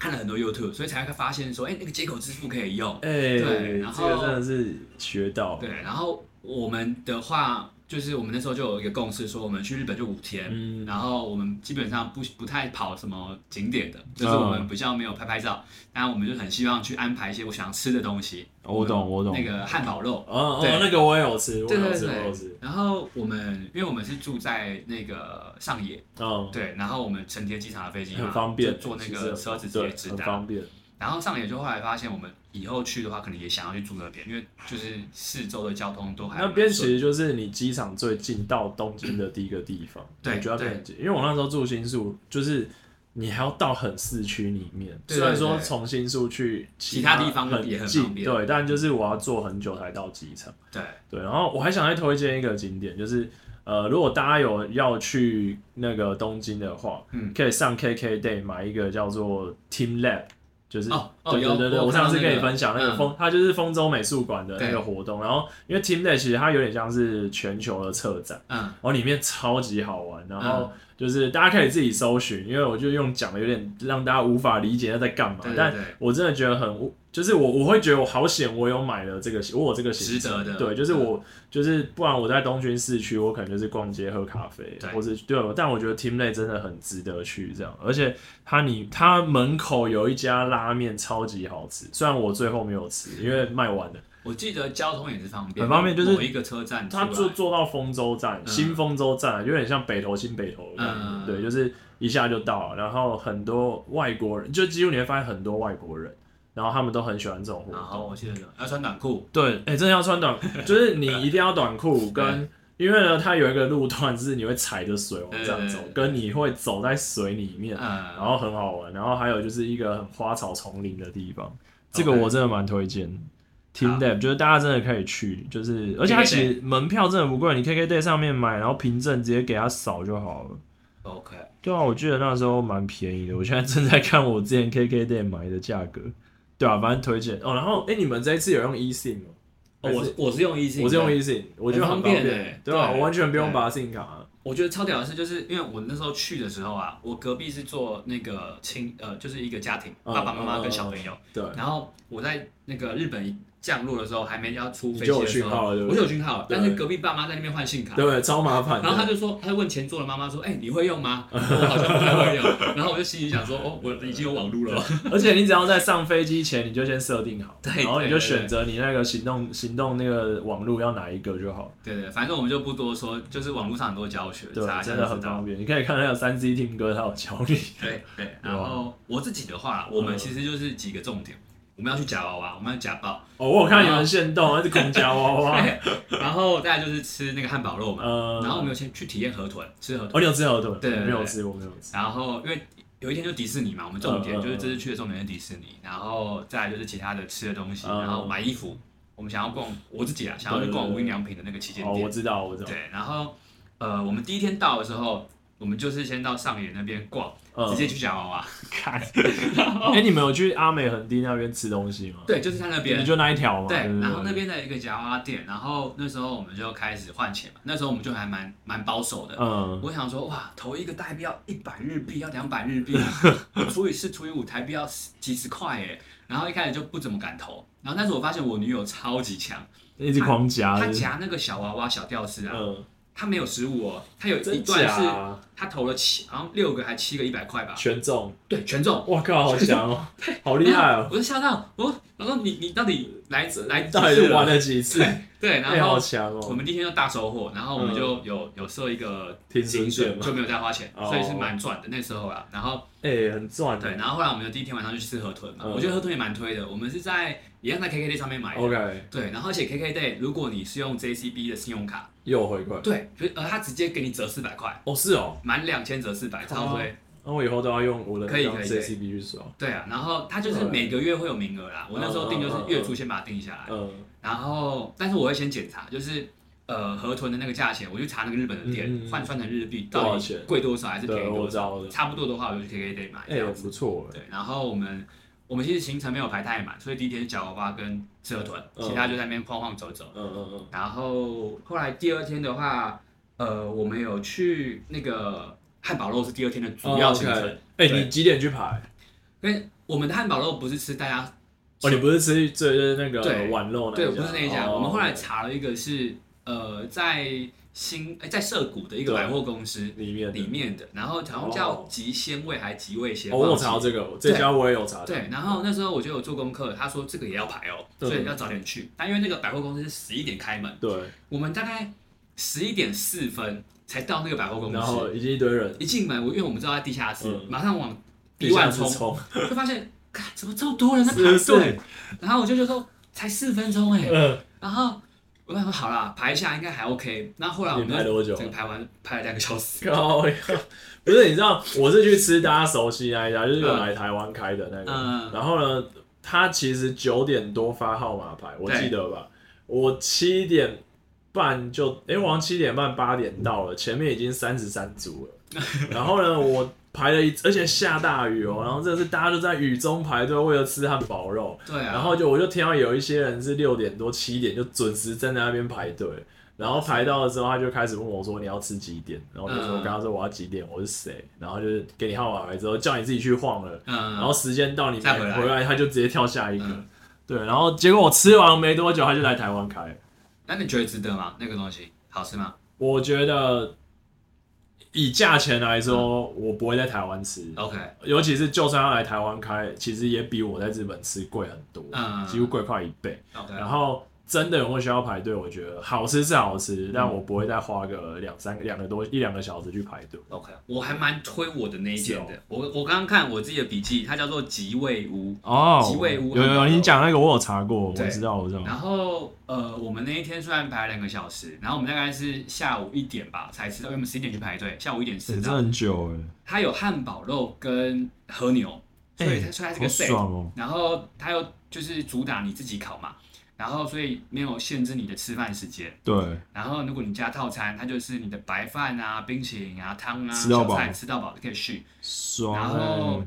S1: 看了很多 YouTube，所以才会发现说，哎、那个接口支付可以用。
S2: 哎，
S1: 对然
S2: 这
S1: 后
S2: 个真的是学到，
S1: 对，然后我们的话，就是我们那时候就有一个共识，说我们去日本就五天，
S2: 嗯，
S1: 然后我们基本上不不太跑什么景点的，
S2: 嗯
S1: 就是我们比较没有拍拍照，但我们就很希望去安排一些我想吃的东西。
S2: 哦我懂我懂，
S1: 那个汉堡肉。
S2: 哦哦
S1: 对，
S2: 那个我也有吃，我
S1: 对
S2: 也有
S1: 对
S2: 吃，我也有吃
S1: 对，，然后我们因为我们是住在那个上野，
S2: 嗯，
S1: 对，然后我们成田机场的飞机嘛
S2: 很方便，
S1: 就坐那
S2: 其实很
S1: 个车子直
S2: 对
S1: 接直
S2: 很
S1: 达，
S2: 方便，
S1: 然后上野就后来发现，我们以后去的话，可能也想要去住那边，因为就是四周的交通都还
S2: 那边
S1: 蛮
S2: 其
S1: 顺
S2: 实就是你机场最近到东京的第一个地方，
S1: 对
S2: 你就要变很近。因为我那时候住新宿，就是你还要到很市区里面，
S1: 对
S2: 虽然
S1: 对
S2: 说
S1: 对
S2: 从新宿去
S1: 其他地方
S2: 很
S1: 也很
S2: 近，
S1: 方便
S2: 对，但就是我要坐很久才到机场。
S1: 对
S2: 对，然后我还想再推荐一个景点，就是呃，如果大家有要去那个东京的话，
S1: 嗯
S2: 可以上 KKday 买一个叫做 Team Lab，就是、
S1: 哦哦
S2: 对
S1: 有
S2: 对对对，
S1: 我
S2: 我
S1: 看到
S2: 上次
S1: 那个
S2: 跟你分享那个
S1: 嗯
S2: 风，它就是丰州美术馆的那
S1: 对
S2: 个活动，然后因为 Team Lab 其实它有点像是全球的策展。
S1: 嗯
S2: 然后里面超级好玩，然后就是大家可以自己搜寻，因为我就用讲的有点让大家无法理解他在干嘛，
S1: 对对
S2: 但
S1: 对
S2: 我真的觉得很，就是我我会觉得我好险，我有买了这个，我有这个行
S1: 值得的嗯
S2: 对，就是我就是不然我在东军市区，我可能就是逛街喝咖啡
S1: 对，
S2: 或者对，但我觉得 Team 内真的很值得去这样，而且它你它门口有一家拉面超级好吃，虽然我最后没有吃，因为卖完了。
S1: 我记得交通也是方便，
S2: 很方便就是
S1: 某一个车站出来，
S2: 他坐坐到丰州站，
S1: 嗯
S2: 新丰州站有点像北投新北投的感觉，
S1: 嗯
S2: 对，就是一下就到了。然后很多外国人，就几乎你会发现很多外国人，然后他们都很喜欢这种活
S1: 然后
S2: 动。
S1: 我记得呃要穿短裤，
S2: 对，哎、真的要穿短，就是你一定要短裤 跟。因为呢，它有一个路段是你会踩着水往上走
S1: 对对对，
S2: 跟你会走在水里面，
S1: 嗯，
S2: 然后很好玩。然后还有就是一个很花草丛林的地方，这个
S1: OK
S2: 我真的蛮推荐。Team
S1: 好
S2: Lab 就是大家真的可以去，就是而且它其实门票真的不贵，你 KKday 上面买，然后凭证直接给他扫就好了。
S1: OK，
S2: 对啊，我记得那时候蛮便宜的，我现在正在看我之前 KKday 买的价格。对啊，反正推荐哦。然后哎、你们这一次有用 eSIM 吗？
S1: 哦
S2: 还是
S1: 我我是用 e 信，
S2: 我是用 eSIM，我觉得
S1: 很方
S2: 很方
S1: 便
S2: 便，
S1: 欸
S2: 对啊，
S1: 对
S2: 我完全不用
S1: 对
S2: 拔 SIM 卡。
S1: 我觉得超屌的是，就是因为我那时候去的时候啊，我隔壁是做那个亲呃，就是一个家庭，
S2: 嗯
S1: 爸爸妈妈
S2: 嗯
S1: 跟
S2: 嗯
S1: 小朋友。
S2: 对，
S1: 然后我在那个日本一降落的时候，还没要出飞
S2: 你
S1: 机
S2: 就有
S1: 的时
S2: 讯号
S1: 候，
S2: 了对
S1: 我
S2: 不对
S1: 就有讯号了，
S2: 对
S1: 但是隔壁爸妈在那边换信卡。
S2: 对，超麻烦的。
S1: 然后他就说，他就问前桌的妈妈说：“哎、你会用吗？”我好像不太会用。然后我就心里想说：“哦，我已经有网路了。
S2: 而且你只要在上飞机前你就先设定好，
S1: 对
S2: 然后
S1: 对
S2: 你
S1: 对
S2: 就选择你那个行动行动那个网路要哪一个就好”，
S1: 对对，反正我们就不多说，就是网络上很多教学，
S2: 对
S1: 大，家
S2: 真
S1: 就
S2: 的很
S1: 知道
S2: 方。便。你可以看那个三 C 听歌，它有教 你。
S1: 对对，然后我自己的话，我们
S2: 嗯
S1: 其实就是几个重点，我们要去夹娃娃，我们要夹爆，
S2: 哦，我有看你们现动，那是孔夹娃娃。
S1: 然后再来就是吃那个汉堡肉嘛，
S2: 呃，
S1: 然后我们有先去体验河豚，吃河豚，
S2: 哦，你有吃河豚？
S1: 对对对
S2: 我没有吃，我没有吃。
S1: 然后因为有一天就迪士尼嘛，我们重点
S2: 嗯嗯
S1: 就是这次去的重点是迪士尼，然后再来就是其他的吃的东西，
S2: 嗯
S1: 然后买衣服，我们想要逛我自己啊，想要去逛无印良品的那个旗舰
S2: 哦，我
S1: 店，
S2: 知道，我知道。
S1: 对，然后呃，我们第一天到的时候，我们就是先到上野那边逛，
S2: 嗯
S1: 直接去夹娃娃，
S2: 看。 哎，你们有去阿美横町那边吃东西吗？
S1: 对，就是在那边
S2: 你。就那一条嘛。
S1: 对
S2: 对，，
S1: 然后那边的一个夹娃娃店，然后那时候我们就开始换钱嘛，那时候我们就还蛮蛮保守的。
S2: 嗯，
S1: 我想说，哇，投一个代币要一百日币，要两百日 币，除以四除以五台币要几十块耶。然后一开始就不怎么敢投，然后但是我发现我女友超级强，
S2: 一直狂夹。
S1: 她
S2: 啊是不是
S1: 夹那个小娃娃小吊饰啊，
S2: 嗯，
S1: 她没有失误哦，她有一
S2: 真
S1: 段是
S2: 假？
S1: 她投了七，好像六个还七个一百块吧，
S2: 全中！
S1: 对，全中。
S2: 哇靠，好强 哦，好厉害哦！
S1: 我就吓到，我我说你你到底来来
S2: 到底
S1: 几次
S2: 是
S1: 了
S2: 玩了几次？
S1: 对，
S2: 哎，
S1: 然后
S2: 好强
S1: 我
S2: 哦！嗯
S1: 们第一天就大收获，然后我们就有、有设一个
S2: 停
S1: 薪
S2: 损
S1: 水
S2: 点，嘛
S1: 就没有再花钱，
S2: 哦
S1: 所以是蛮赚的那时候啊啦。然后
S2: 哎、很赚
S1: 对，
S2: 的。
S1: 然后后来我们就第一天晚上就去吃河豚嘛，
S2: 嗯
S1: 我觉得河豚也蛮推的。我们是在一样在 KKday 上面买的。
S2: OK，
S1: 对，然后而且 KKday 如果你是用 JCB 的信用卡，
S2: 又有回馈。
S1: 对，就是呃，他直接给你折四百块，
S2: 哦，是哦，
S1: 满两千折四百，超推。
S2: 那我以后都要用我的
S1: 可以
S2: 当
S1: 可以
S2: JCB 去刷。
S1: 对啊，然后他
S2: 嗯
S1: 就是每个月会有名额啦。我那时候定就是月初先把它定下来，
S2: 嗯，
S1: 然后但是我会先检查，就是呃河豚的那个价钱，我就查那个日本的
S2: 嗯
S1: 店
S2: 嗯嗯
S1: 换算成日币
S2: 多
S1: 到
S2: 少
S1: 底
S2: 钱
S1: 贵多少还是便
S2: 嗯对，
S1: 宜
S2: 我
S1: 多
S2: 知
S1: 少，
S2: 道的。
S1: 差不多的话我就去 KK Day 买
S2: 哎、
S1: 这样子。
S2: 不错哎、
S1: 对，然后我们我们其实行程没有排太满，所以第一天是脚巴跟吃河豚，
S2: 嗯
S1: 其他就在那边晃晃走走。
S2: 嗯嗯嗯，
S1: 然后后来第二天的话，呃，我们有去那个汉堡肉是第二天的主要行程，。
S2: 哎、
S1: 对
S2: 你几点去排？
S1: 因为我们的汉堡肉不是吃大家
S2: 哦，你不是吃最就是那
S1: 对
S2: 个碗肉那一
S1: 对，
S2: 家
S1: 不是那一家。
S2: 哦
S1: 我们后来查了一个是呃，在新哎在涩谷的一个
S2: 对
S1: 百货公司
S2: 里面的
S1: 里面的，然后好像叫
S2: 哦
S1: 极鲜味还极味鲜，
S2: 哦，
S1: 忘
S2: 我有
S1: 记
S2: 查到
S1: 了
S2: 这个，这家我也有查到。
S1: 对，然后那时候我就有做功课，他说这个也要排哦，
S2: 对
S1: 所以要早点去。但因为那个百货公司是十一点开门，
S2: 对，
S1: 我们大概十一点四分才到那个百货公
S2: 然后
S1: 司。
S2: 已经一堆人
S1: 一进门，我因为我们知道在地下室，
S2: 嗯
S1: 马上往
S2: 地
S1: B
S2: 下
S1: one
S2: 室
S1: 冲，
S2: 冲，
S1: 就发现看怎么这么多人在
S2: 是
S1: 排
S2: 是
S1: 队？然后我就觉得说才四分钟哎、
S2: 嗯，
S1: 然后我想说好啦，排一下应该还 OK。然后后来我们
S2: 你排多久啊
S1: 整个排完排了两个小 时。
S2: 靠呀！不是，你知道我是去吃大家熟悉那一家，就是有来台湾开的那个。
S1: 嗯
S2: 然后呢，他其实九点多发号码牌，我记得吧？我七点半就，哎、我好像七点半八点到了，前面已经三十三组 了。然后呢，我排了一，而且下大雨哦，然后真的是大家都在雨中排队，为了吃汉堡肉。
S1: 对啊，
S2: 然后就我就听到有一些人是六点多七点就准时站在那边排队，然后排到的时候他就开始问我说你要吃几点，然后我就说
S1: 嗯
S2: 我跟他说我要几点，我是谁，然后就是给你号码牌之后叫你自己去晃了，
S1: 嗯，
S2: 然后时间到你
S1: 再
S2: 排
S1: 回来
S2: 回来他就直接跳下一个
S1: 嗯，
S2: 对，然后结果我吃完没多久他就来台湾开，
S1: 那你觉得值得吗？那个东西好吃吗
S2: 我觉得以价钱来说我不会在台湾吃，
S1: ？OK，
S2: 尤其是就算要来台湾开，其实也比我在日本吃贵很多，
S1: 嗯
S2: 几乎贵快一倍。
S1: OK，
S2: 然后真的有会需要排队，我觉得好吃是好吃，但我不会再花个两三个两个多一两个小时去排队。
S1: OK，我还蛮推我的那一件
S2: 是
S1: 的。我我刚刚看我自己的笔记，它叫做吉味屋。
S2: 哦
S1: 吉味屋
S2: 有
S1: 汉
S2: 有
S1: 堡
S2: 有，
S1: 肉
S2: 你讲那个我有查过，我
S1: 对
S2: 知道我知道。
S1: 然后呃，我们那一天虽然排了两个小时，然后我们大概是下午一点吧才吃到，因为我们十一点去排队，下午一点吃
S2: 欸真的
S1: 到。
S2: 很久
S1: 它有汉堡肉跟和牛，所
S2: 哎，
S1: 以它、
S2: 哎
S1: 所以它是
S2: 好
S1: 个 set。
S2: 爽哦！
S1: 然后它又就是主打你自己烤嘛，然后所以没有限制你的吃饭时间。
S2: 对，
S1: 然后如果你加套餐，它就是你的白饭啊、冰淇淋啊、汤啊、
S2: 吃到
S1: 小
S2: 饱
S1: 菜吃到饱就可以续。
S2: 爽
S1: 然
S2: 哎
S1: 后！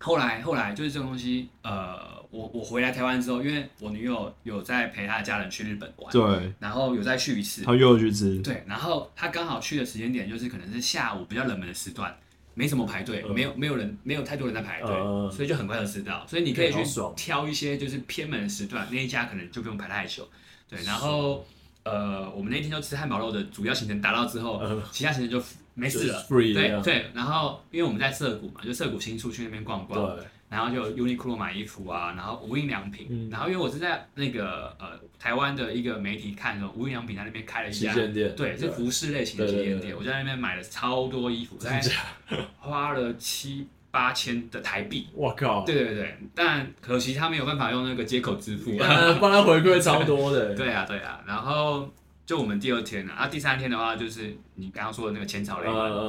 S1: 后来后来就是这个东西，呃，我我回来台湾之后，因为我女友有在陪她的家人去日本玩，
S2: 对，
S1: 然后有再去一次，
S2: 他约我去吃，
S1: 对，然后她刚好去的时间点就是可能是下午比较冷门的时段，没什么排队，
S2: 嗯
S1: 没有没有人没有太多人在排队，
S2: 嗯
S1: 所以就很快就吃到，所以你可以
S2: 好
S1: 去
S2: 爽
S1: 挑一些就是偏门的时段，那一家可能就不用排太久，对，然后。呃，我们那天就吃汉堡肉的主要行程达到之后，
S2: 嗯
S1: 其他行程就没事了。
S2: 就是 free 这
S1: 对
S2: 样
S1: 对，然后因为我们在涩谷嘛，就涩谷新宿去那边逛逛，
S2: 对，
S1: 然后就 Uniqlo 买衣服啊，然后无印良品，
S2: 嗯
S1: 然后因为我是在那个呃台湾的一个媒体看的，无印良品在那边开了一
S2: 旗
S1: 家，
S2: 舰店，
S1: 对，是服饰类型的
S2: 对
S1: 旗
S2: 对
S1: 舰
S2: 对
S1: 店，我在那边买了超多衣服，大概 花了七八千的台币，
S2: 我靠，
S1: 对对对，但可惜他没有办法用那个接口支付啊，
S2: 呃帮他回馈超多 的，
S1: 对啊对啊，然后就我们第二天啊，啊第三天的话就是你刚刚说的那个浅草
S2: 呃，
S1: 类，
S2: 呃呃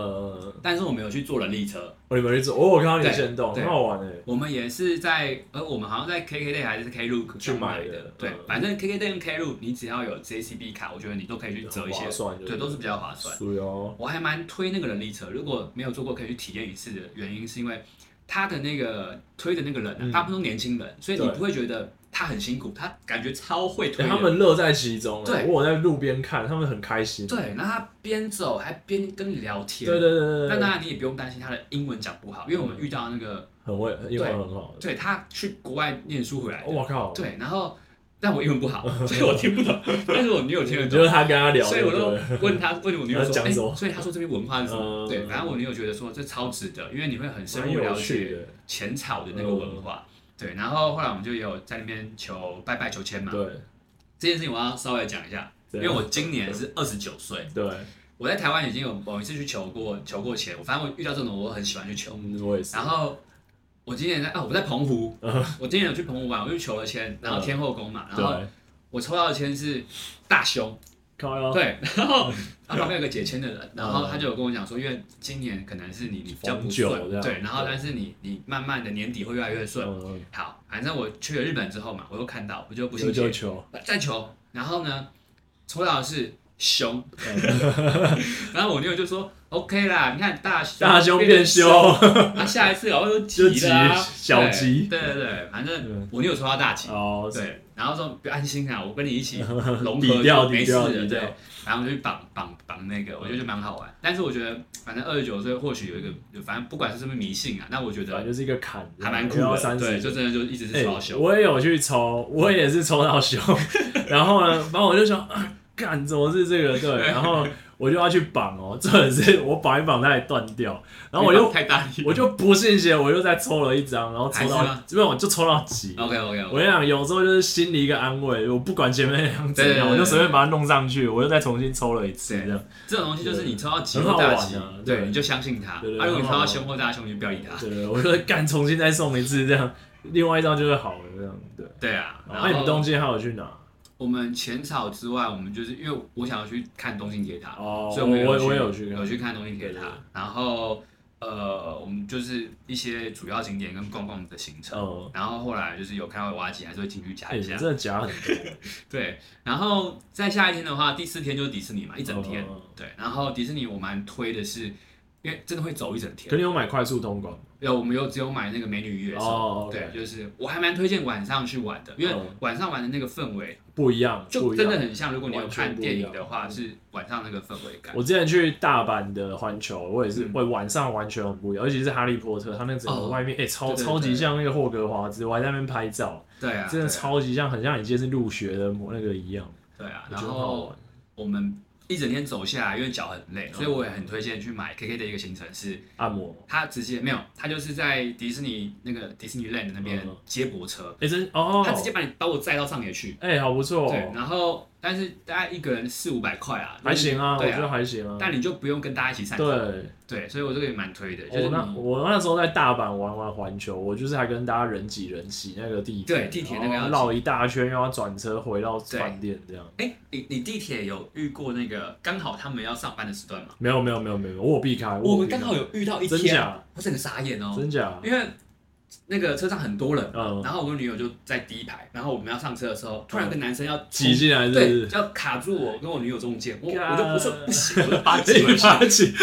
S2: 呃，
S1: 但是我们有去坐人力车，
S2: 我你们去做，哦，我看到你
S1: 对
S2: 先动，
S1: 对
S2: 很好玩哎，
S1: 我们也是在，呃，我们好像在 KKday 还是 Klook
S2: 去买
S1: 买
S2: 的
S1: 对
S2: 嗯，
S1: 反正 KKday 跟 Klook，你只要有 JCB 卡，我觉得你都可以去折一些
S2: 划，算就是
S1: 对，都是比较划算。
S2: 属于哦，
S1: 我还蛮推那个人力车，如果没有做过，可以去体验一次的原因是因为他的那个推的那个人啊、
S2: 嗯
S1: 大部分都年轻人，所以你
S2: 对
S1: 不会觉得他很辛苦，他感觉超会推的
S2: 欸他们乐在其中啊，
S1: 对
S2: 我有在路边看，他们很开心。
S1: 对，那他边走还边跟你聊天，
S2: 对对对对
S1: 那
S2: 对
S1: 当
S2: 对，
S1: 然你也不用担心他的英文讲不好，因为我们遇到那个，
S2: 很会，英文很好。
S1: 对他去国外念书回来的
S2: 我靠，
S1: 对，然后但我英文不 好，所以我听不懂， 但是我女友听得
S2: 就是
S1: 懂。
S2: 他跟他聊，
S1: 所以我
S2: 对不对
S1: 就问 他，问我女友
S2: 他
S1: 说，
S2: 讲
S1: 哎、
S2: 什么
S1: 所以他说这边文化是什么？
S2: 嗯
S1: 对，反正我女友觉得说这超值得，因为你会很深
S2: 蛮
S1: 入
S2: 有
S1: 了
S2: 趣
S1: 解
S2: 的，嗯
S1: 浅草的那个文化。对，然后后来我们就也有在那边求拜拜求签嘛。
S2: 对
S1: 这件事情我要稍微讲一下，因
S2: 对
S1: 为我今年是二十九岁，
S2: 对，
S1: 我在台湾已经有某一次去求过求过签，我反正我遇到这种我很喜欢去求。
S2: 嗯，我也是
S1: 然。后我今年在啊，我在澎湖
S2: 嗯，
S1: 我今年有去澎湖玩，我就求了签，然后天后宫嘛，然后
S2: 对，
S1: 我抽到的签是大胸，
S2: 靠腰，
S1: 对， 然
S2: 嗯
S1: 后他旁边有个解签的人，然后他就有跟我讲说，因为今年可能是你你比较不
S2: 逢九这
S1: 顺，
S2: 样
S1: 对，然后
S2: 对
S1: 但是你你慢慢的年底会越来越顺。
S2: 嗯，
S1: 好，反正我去了日本之后嘛，我又看到，我就不信
S2: 有就
S1: 邪，
S2: 球，
S1: 再求，然后呢，抽到的是 胸，然后我女友就说 OK 啦，你看大胸
S2: 大胸变
S1: 变
S2: 胸，
S1: 啊，下一次我就
S2: 就
S1: 急啦，
S2: 急小
S1: 对
S2: 急
S1: 对对对，反正
S2: 嗯
S1: 我女友抽到大急，
S2: 哦，
S1: 对，然后说不要安心啊，我跟你一起 融
S2: 抵
S1: 合
S2: 掉
S1: 就没
S2: 抵
S1: 事
S2: 掉
S1: 了，
S2: 抵掉
S1: 对，然后我就去绑绑绑那
S2: 嗯
S1: 个，我觉得就蛮好玩，但是我觉得反正二十九岁或许有一个，反正不管是不是迷信啊，那我觉
S2: 反正
S1: 得
S2: 就是一个坎，
S1: 还蛮酷
S2: 要
S1: 的，
S2: 三
S1: 对，
S2: 十
S1: 就真的就一直是抽到
S2: 欸，
S1: 胸，
S2: 我也有去抽，我也是 抽到熊，然后呢，反正我就想，啊干、怎么是这个？对，然后我就要去绑哦，这也是我绑一绑它也断掉，然后我
S1: 你
S2: 就
S1: 绑太大力
S2: 我就不信邪，我又再抽了一张，然后抽
S1: 还
S2: 到
S1: 是吗哦
S2: 没有，我就抽到几。
S1: ，OK OK
S2: 我跟
S1: OK，
S2: 你讲，有时候就是心里一个安慰，我不管前面那样怎
S1: 对对
S2: 样，
S1: 对
S2: 我就随便把它弄上去，我又再重新抽了一次，
S1: 对
S2: 这样。
S1: 这种东西就是你抽到急
S2: 很
S1: 或
S2: 好玩
S1: 大
S2: 啊
S1: 急，
S2: 对
S1: 对，你就相信它，啊，
S2: 对对
S1: 如果你抽
S2: 很好
S1: 到
S2: 玩
S1: 胸或大胸，你就不要理它，
S2: 对，我就干重新再送一次这样。另外一张就会好了这样。对，
S1: 对啊，
S2: 那、
S1: 然
S2: 哎你们
S1: 后
S2: 东京还有去哪？
S1: 我们浅草之外，我们就是因为我想要去看东京铁塔，
S2: 哦
S1: 所以我们
S2: 我
S1: 去
S2: 我有去看
S1: 有去看东京铁
S2: 对对
S1: 塔
S2: 对，
S1: 然后呃，我们就是一些主要景点跟逛逛的行程。
S2: 嗯，
S1: 然后后来就是有看到挖机，还是会进去夹
S2: 哎、
S1: 一
S2: 你
S1: 下。
S2: 真的假很多，
S1: 对，然后再下一天的话，第四天就是迪士尼嘛，一整天。
S2: 嗯
S1: 对，然后迪士尼我蛮推的是，因为真的会走一整
S2: 可
S1: 天。
S2: 你有买快速通关吗？
S1: 有，我们有只有买那个美女与野兽。
S2: 哦，OK
S1: 对，就是我还蛮推荐晚上去玩的，因为
S2: 嗯
S1: 晚上玩的那个氛围
S2: 不一样，
S1: 就
S2: 不一
S1: 真
S2: 样
S1: 的很像。如果你有
S2: 完全
S1: 看
S2: 不一样嗯
S1: 电影的话，是晚上那个氛围感。
S2: 我之前去大阪的环球，我也是
S1: 嗯
S2: 会晚上完全很不一样，尤其是哈利波特，它那整个
S1: 哦
S2: 外面哎、超
S1: 对对
S2: 超级
S1: 对
S2: 像那个霍格华兹，我还在那边拍照，
S1: 对啊，
S2: 真的
S1: 对啊
S2: 超级像，很像你今天是入学的模那个一样，
S1: 对啊。
S2: 我
S1: 然
S2: 觉得很好
S1: 后
S2: 玩。
S1: 我们一整天走下来，因为脚很
S2: 嗯
S1: 累，所以我也很推荐去买 KK 的一个行程是，
S2: 按摩，
S1: 他直接没有，他就是在迪士尼那个迪士尼 land 那边
S2: 嗯
S1: 接驳车，
S2: 哎、真哦，
S1: 他直接把你把我载到上野去。
S2: 哎、好不错、
S1: 对，
S2: 哦，
S1: 然后但是大概一个人四五百块啊，
S2: 还行啊，我
S1: 对
S2: 觉得还行啊，
S1: 但你就不用跟大家一起散。
S2: 对。
S1: 对，所以我这个也蛮推的，就是
S2: 我哦那
S1: 你
S2: 我那时候在大阪玩完环球，我就是还跟大家人挤人挤那个地铁，
S1: 对地铁那个
S2: 然后
S1: 要
S2: 绕一大圈，然后转车回到
S1: 对
S2: 饭店这样。
S1: 哎，你你地铁有遇过那个刚好他们要上班的时段吗？
S2: 没有没有没有没有，我有避开，
S1: 我
S2: 有
S1: 们
S2: 避开
S1: 刚好有遇到一
S2: 真
S1: 天，
S2: 假
S1: 我整个傻眼哦，
S2: 真假，
S1: 因为那个车上很多人，
S2: 嗯，
S1: 然后我跟女友就在第一排，然后我们要上车的时候，突然跟男生要
S2: 哦挤进来是不
S1: 对，
S2: 是？
S1: 要卡住我跟我女友 中间，我
S2: 干
S1: 我就不是不行，我就把挤回
S2: 一
S1: 去。
S2: 把 挤，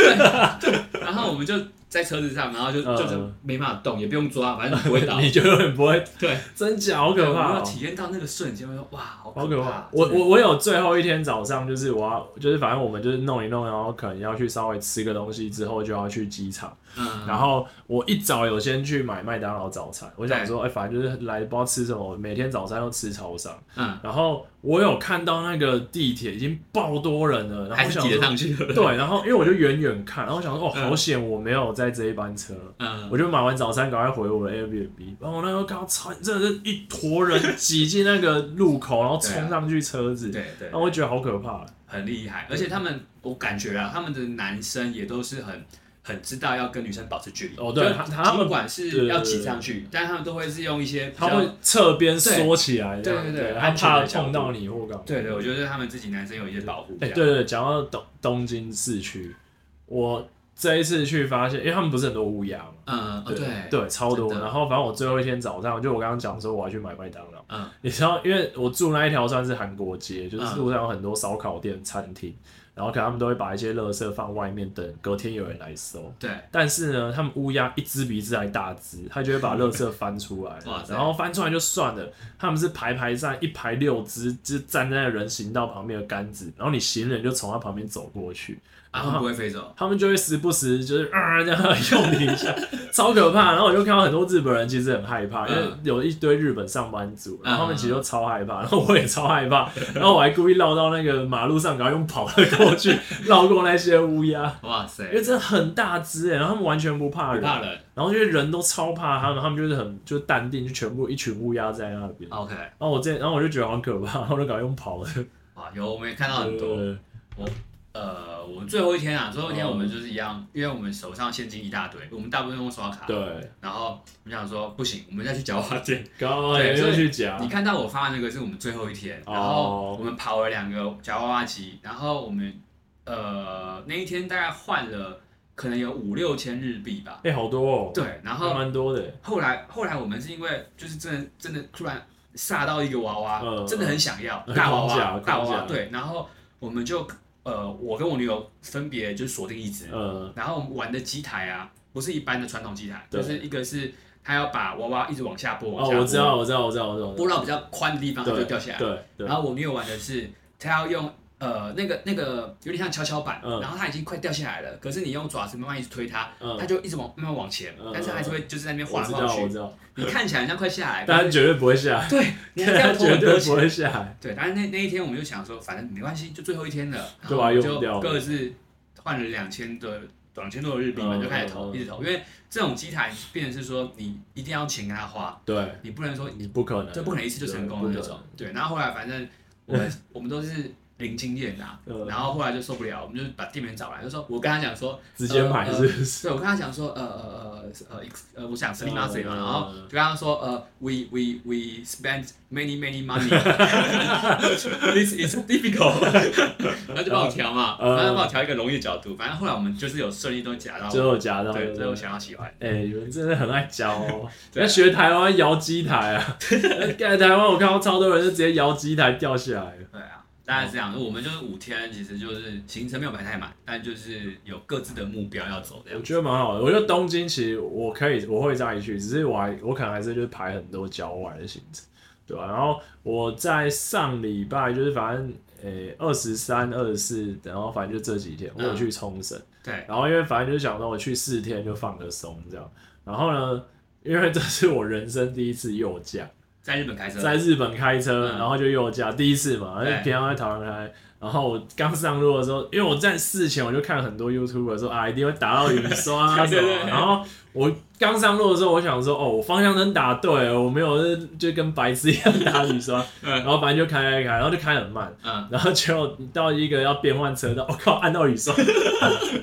S1: 然后我们就在车子上，然后就
S2: 嗯。
S1: 就是没办法动，也不用抓，反正不会倒
S2: 你就很不会，
S1: 对，
S2: 真假好
S1: 好
S2: 可怕
S1: 我
S2: 哦
S1: 有，体验到那个瞬间，我说哇，好
S2: 好
S1: 可
S2: 可怕！
S1: 真
S2: 我
S1: 的
S2: 我我有最后一天早上，就是我要，就是反正我们就是弄一弄，然后可能要去稍微吃个东西之后就要去机场。
S1: 嗯，
S2: 然后我一早有先去买麦当劳早餐，我想说，哎、反正就是来不知道吃什么，我每天早餐都吃超商。
S1: 嗯，
S2: 然后我有看到那个地铁已经爆多人了，然后
S1: 还
S2: 我
S1: 是
S2: 想
S1: 挤得
S2: 说，
S1: 上去了。
S2: 对，然后因为我就远远看，然后我想说，哦，
S1: 嗯
S2: 好险我没有在这一班车。
S1: 嗯，
S2: 我就买完早餐，赶快回我的 Airbnb。然后我那时候刚超，真的是一坨人 挤进那个路口，然后冲上去车子，
S1: 啊对对
S2: 然，后我觉得好可怕。
S1: 很厉害。而且他们，我感觉啊，他们的男生也都是很很知道要跟女生保持距离。
S2: 哦对
S1: 就
S2: 他他们
S1: 尽管
S2: 对
S1: 是
S2: 对
S1: 要
S2: 对
S1: 挤上去，但他们都会是用一些比
S2: 他
S1: 较
S2: 会侧边缩起来这样，
S1: 对对对
S2: 他
S1: 安全的
S2: 怕
S1: 角度
S2: 碰到你或干嘛。
S1: 对对，我觉得他们自己男生有一些保护。这
S2: 哎、
S1: 样
S2: 对，对，讲到东东京市区，我这一次去发现，因为他们不是很多乌鸦嘛，
S1: 嗯，哦对，
S2: 对，超多。
S1: 真的
S2: 然后反正我最后一天早上，就我刚刚讲说我要去买麦当劳，
S1: 嗯
S2: 你知道，因为我住那一条算是韩国街，就是
S1: 嗯
S2: 路上有很多烧烤店、餐厅，然后可能他们都会把一些垃圾放外面，等隔天有人来收。
S1: 对，
S2: 但是呢，他们乌鸦一只比一只还大只，它就会把垃圾翻出来
S1: 哇，塞
S2: 然后翻出来就算了，他们是排排站，一排六只，就站在人行道旁边的杆子，然后你行人就从它旁边走过去，
S1: 啊，他们不会飞走。
S2: 他们就会时不时就是啊、这样用你一下，超可怕。然后我就看到很多日本人其实很害怕，因为
S1: 嗯
S2: 有一堆日本上班族，然后他
S1: 嗯
S2: 们其实都超害怕，然后我也超害怕，然后我还故意绕到那个马路上，然后用跑的过去，绕过那些乌鸦。
S1: 哇塞
S2: 啊因，为真的很大只哎、然后他们完全不怕
S1: 不
S2: 人，
S1: 怕人。
S2: 然后因为人都超
S1: 嗯
S2: 怕他们，他们就是很就淡定，就全部一群乌鸦在那边。
S1: OK，
S2: 然后我这，然后我就觉得好可怕，然后我就赶快用跑的。
S1: 哇，有我们也看到啊很多。
S2: 对
S1: 呃，我们最后一天啊，最后一天我们就是一样，因为我们手上现金一大堆，我们大部分用刷卡。。
S2: 哦对，
S1: 然后我们想说，不行，我们再去缴花店。
S2: 刚刚
S1: 对
S2: 也
S1: 所
S2: 又
S1: 以
S2: 去夹
S1: 你，看到我发的那个是我们最后一天，
S2: 哦
S1: 然后我们跑了两个夹娃娃机，然后我们呃那一天大概换了可能有五六千日币吧。
S2: 哎、好多哦，，
S1: 对，然
S2: 还
S1: 后
S2: 蛮多的欸。
S1: 后来后来我们是因为就是真的真的突然煞到一个娃娃，
S2: 嗯
S1: 真的很想要
S2: 嗯
S1: 大娃
S2: 框架
S1: 娃
S2: 框架
S1: 大娃娃，对，然后我们就呃我跟我女友分别就锁定一只，
S2: 呃，
S1: 然后我们玩的机台啊不是一般的传统机台，
S2: 对
S1: 就是一个是它要把娃娃一直往下拨，往
S2: 哦，
S1: 下拨
S2: 我知道，我知道，我知道，我知道我知道。
S1: 拨到比较宽的地方它就
S2: 对
S1: 掉下来，
S2: 对对
S1: 然，后我女友玩的是她要用。呃，那个那个有点像跷跷板，
S2: 嗯
S1: 然后它已经快掉下来了，可是你用爪子慢慢一直推它，
S2: 嗯
S1: 它就一直往慢慢往前，
S2: 嗯
S1: 但是还是会就是在那边
S2: 我
S1: 晃来
S2: 知
S1: 晃
S2: 道，
S1: 去
S2: 我。知道，
S1: 你看起来很像快下 来，
S2: 但
S1: 可
S2: 他
S1: 是
S2: 绝对不会下来，
S1: 对，你还是要
S2: 他
S1: 投
S2: 绝
S1: 很多
S2: 对不会
S1: 钱。
S2: 下来。
S1: 对，但是那那一天我们就想说，反正没关系，就最后一天了，
S2: 就
S1: 然后
S2: 把它啊用掉
S1: 就各自换了两千的两千多的日币嘛，
S2: 嗯
S1: 就开始投，
S2: 嗯
S1: 一直投，因为这种机台变成是说你一定要钱给他花，
S2: 对，
S1: 你不能说
S2: 你不可能，啊
S1: 这不可能一次就成功的那种。对，然后后来反正我们我们都是零经验的、啊
S2: 嗯，
S1: 然后后来就受不了，我们就把店员找来，就说我跟他讲说
S2: 直接
S1: 呃
S2: 买是不是？
S1: 对，我跟他讲说，呃呃呃呃，ex- 呃，我想 s l i m a
S2: 哦
S1: s 嘛，然后就跟他说，呃，we we we spent many many money，this is difficult，然后就帮我调嘛，
S2: 嗯
S1: 然后就帮我调一个容易的角度，反正后来我们就是有顺利都夹到，
S2: 最后夹到
S1: 对，
S2: 不
S1: 最后想要喜欢，
S2: 哎、你们真的很爱教哦！
S1: 嗯 对啊
S2: 要学台湾摇机台 啊！在台湾我看到超多人就直接摇机台掉下来了。
S1: 对啊，大概是这
S2: 哦
S1: 样，我们就是五天，其实就是行程没有排太满，但就是有各自的目标要走这
S2: 我
S1: 样，
S2: 觉得蛮好的。我觉得东京其实我可以，我会这样一去，只是我还我可能还是就是排很多郊外的行程，对吧、然后我在上礼拜就是反正诶二十三、二十四，然后反正就这几
S1: 嗯
S2: 天我有去冲绳，
S1: 对，
S2: 然后因为反正就是想说我去四天就放个松这样，然后呢。因为这是我人生第一次右驾，
S1: 在日本开车，
S2: 在日本开车，
S1: 嗯
S2: 然后就右驾，第一次嘛，
S1: 对
S2: 因为平常在台湾开。然后我刚上路的时候，因为我在事前我就看很多 YouTube 说啊，一定会打到雨刷啊什
S1: 对对
S2: 么
S1: 对。
S2: 然后我刚上路的时候，我想说哦，我方向灯打对了，我没有就是就跟白痴一样打雨刷。
S1: 嗯
S2: 然后反正就开开开，然后就开很慢。
S1: 嗯，
S2: 然后结果到一个要变换车道， 我、靠，按到 雨刷，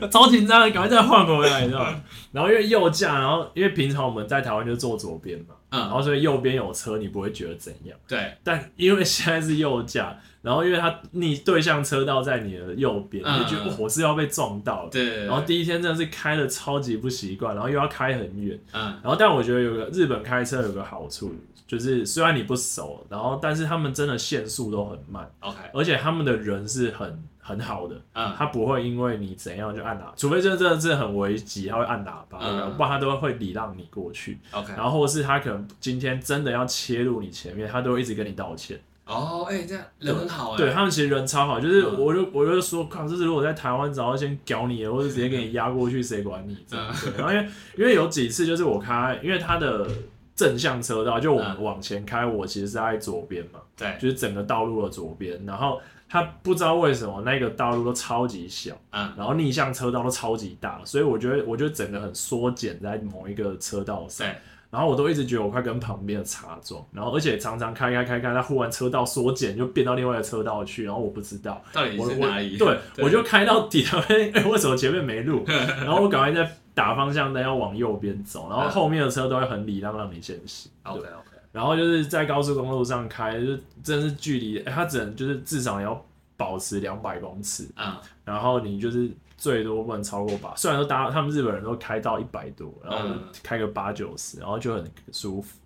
S2: 超紧张的，赶快再换回来，你知道吗？然后因为右驾，然后因为平常我们在台湾就坐左边嘛，
S1: 嗯
S2: 然后所以右边有车你不会觉得怎样，
S1: 对，
S2: 但因为现在是右驾，然后因为它逆对向车道在你的右边，
S1: 嗯
S2: 你就觉得哦我是要被撞到的。
S1: 对对，对
S2: 然后，哦第一天真的是开的超级不习惯，然后又要开很远，
S1: 嗯，
S2: 然后但我觉得有个日本开车有个好处，就是虽然你不熟，然后但是他们真的限速都很慢，
S1: ，OK，
S2: 而且他们的人是很很好的，
S1: 嗯，
S2: 他不会因为你怎样就按喇，除非这真的是很危急，他会按喇叭，
S1: 嗯
S2: 不然他都会礼让你过去。
S1: ，OK，
S2: 然后或是他可能今天真的要切入你前面，他都会一直跟你道歉。
S1: 哦，哎，这样人很好哎，
S2: 对他们其实人超好，就是
S1: 嗯
S2: 我就我就说，靠，这是如果在台湾早就先屌你了，或者直接给你压过去，谁管你？这样
S1: 嗯
S2: 对然后因为因为有几次就是我开，因为他的正向车道就我们
S1: 嗯
S2: 往前开，我其实是在左边嘛，
S1: 对，
S2: 就是整个道路的左边，然后。他不知道为什么那个道路都超级小，
S1: 嗯，
S2: 然后逆向车道都超级大，所以我觉得我就整个很缩减在某一个车道上。
S1: 对，
S2: 然后我都一直觉得我快跟旁边的擦撞，然后而且常常开开开开，它忽然车道缩减就变到另外一个车道去，然后我不知道，
S1: 到底
S2: 我
S1: 是
S2: 我
S1: 哪里？
S2: 对我就开到底了，哎，为什么前面没路？然后我赶快再打方向灯要往右边走，然后后面的车都会很礼让让你先行。对
S1: 嗯 OK OK，
S2: 然后就是在高速公路上开，就是真的是距离，哎它只能就是至少要保持两百公尺，
S1: 嗯
S2: 然后你就是最多不能超过八，虽然说大家他们日本人都开到一百多，然后我就开个八九十，然后就很舒服。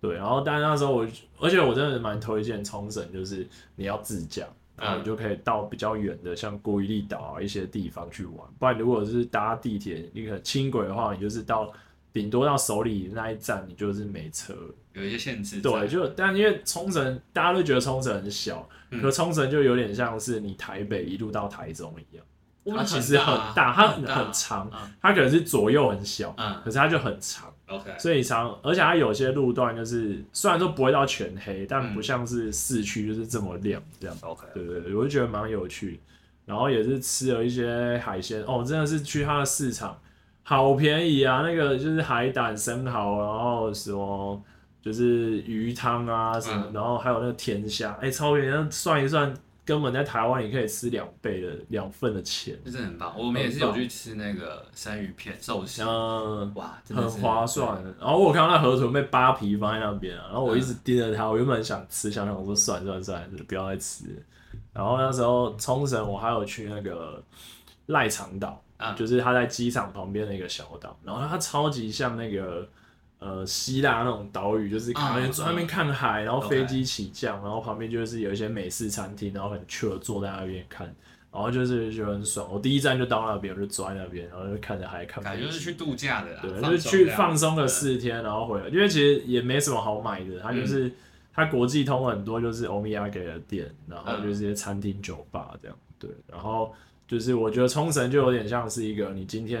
S2: 对，然后但是那时候我，而且我真的蛮推荐冲绳，就是你要自驾，然后你就可以到比较远的，像古伊利岛啊一些地方去玩。不然如果是搭地铁那个轻轨的话，你就是到顶多到首里那一站，你就是没车了。
S1: 有一些限制在。
S2: 对，就但因为冲绳大家都觉得冲绳很小，
S1: 嗯
S2: 可冲绳就有点像是你台北一路到台中一样，
S1: 它
S2: 它其
S1: 很
S2: 实
S1: 大啊
S2: 很大，它
S1: 很
S2: 很
S1: 大
S2: 很长
S1: 嗯，
S2: 它可能是左右很小，
S1: 嗯
S2: 可是它就很长，
S1: ，OK，
S2: 所以长，而且它有些路段就是虽然说不会到全黑，但
S1: 嗯
S2: 不像是市区就是这么亮这样。
S1: OK，
S2: 对对对，我就觉得蛮有趣的。然后也是吃了一些海鲜，哦，真的是去它的市场，好便宜啊！那个就是海胆、生蚝，然后什么就是鱼汤啊什么，
S1: 嗯
S2: 然后还有那个甜虾，哎，超便宜！那算一算，根本在台湾你可以吃两倍的两份的钱，
S1: 这真的很棒。我们也是
S2: 很
S1: 有
S2: 棒
S1: 去吃那个生鱼片寿司，
S2: 嗯，
S1: 哇，真的
S2: 很
S1: 是
S2: 划算。然后我有看到那河豚被扒皮放在那边啊，然后我
S1: 嗯
S2: 一直盯着它，我原本想吃，想想我说算算算，不要再吃了。然后那时候冲绳我还有去那个赖长岛，
S1: 啊
S2: 就是它在机场旁边的一个小岛，然后它超级像那个。呃，希腊那种岛屿就是看，
S1: 嗯
S2: 坐在那边看海，然后
S1: OK
S2: 飞机起降然后旁边就是有一些美式餐厅，然后很 chill 地坐在那边看，然后就是觉得很爽。我第一站就到那边，我就坐在那边，然后就看着海，看
S1: 感觉
S2: 飞
S1: 就是
S2: 机
S1: 去度假的啦，
S2: 对，
S1: 放
S2: 就是
S1: 松
S2: 去
S1: 的啊
S2: 放松了。四天，然后回来，因为其实也没什么好买的，它就是、
S1: 嗯
S2: 它国际通很多就是欧米亚给的店，然后就是一些餐厅、酒吧这样，对，然后就是我觉得冲绳就有点像是一个你今天。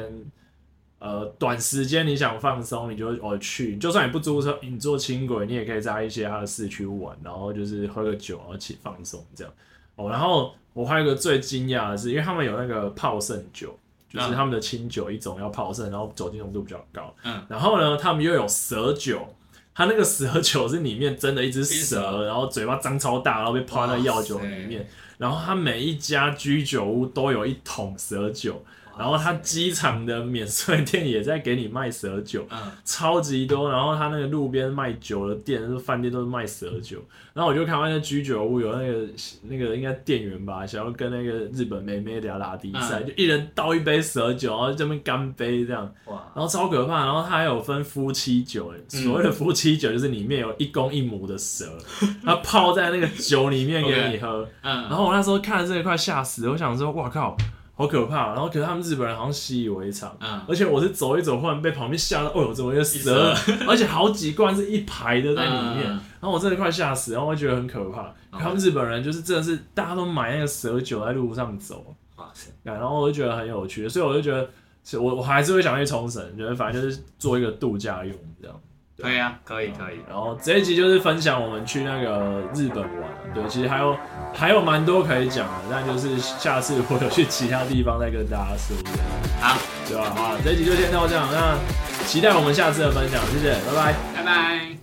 S2: 呃，短时间你想放松，你就哦去，就算你不租车，你坐轻轨，你也可以在一些它的市区玩，然后就是喝个酒，然后去放松这样。哦，然后我还有一个最惊讶的是，因为他们有那个泡盛酒，就是
S1: 嗯
S2: 他们的清酒一种要泡盛，然后酒精浓度比较高。
S1: 嗯，
S2: 然后呢，他们又有蛇酒，他那个蛇酒是里面真的一只
S1: 一只
S2: 蛇，
S1: 蛇
S2: 然后嘴巴张超大，然后被泡在药酒里面。然后他每一家居酒屋都有一桶蛇酒，然后他机场的免税店也在给你卖蛇酒，
S1: 嗯，
S2: 超级多。然后他那个路边卖酒的店，就是饭店都是卖蛇酒。然后我就看到那居酒屋有那个那个应该店员吧，想要跟那个日本妹妹聊拉迪赛，
S1: 嗯
S2: 就一人倒一杯蛇酒，然后这边干杯这样。
S1: 哇，
S2: 然后超可怕，然后它还有分夫妻酒，哎、所谓的夫妻酒就是里面有一公一母的蛇， 它泡在那个酒里面给你喝。
S1: 嗯，
S2: 然后我那时候看了这一块吓死，我想说，哇靠，好可怕。然后可是他们日本人好像习以为常，
S1: 嗯，
S2: 而且我是走一走，忽然被旁边吓到，哦呦，怎么有蛇？而且好几罐是一排的在里面，
S1: 嗯
S2: 然后我真的快吓死，然后我觉得很可怕。可他们日本人就是真的是大家都买那个蛇酒在路上走，
S1: 哇塞，
S2: 对然后我就觉得很有趣，所以我就觉得，是我我还是会想去冲绳，觉得反正就是做一个度假用这样。
S1: 可以啊，可以可以，
S2: 然后这一集就是分享我们去那个日本玩，对，其实还有还有蛮多可以讲的，但就是下次我有去其他地方再跟大家说，这样
S1: 好，
S2: 啊对吧？好，这一集就先到这样，那期待我们下次的分享，谢谢，拜拜。
S1: 拜拜。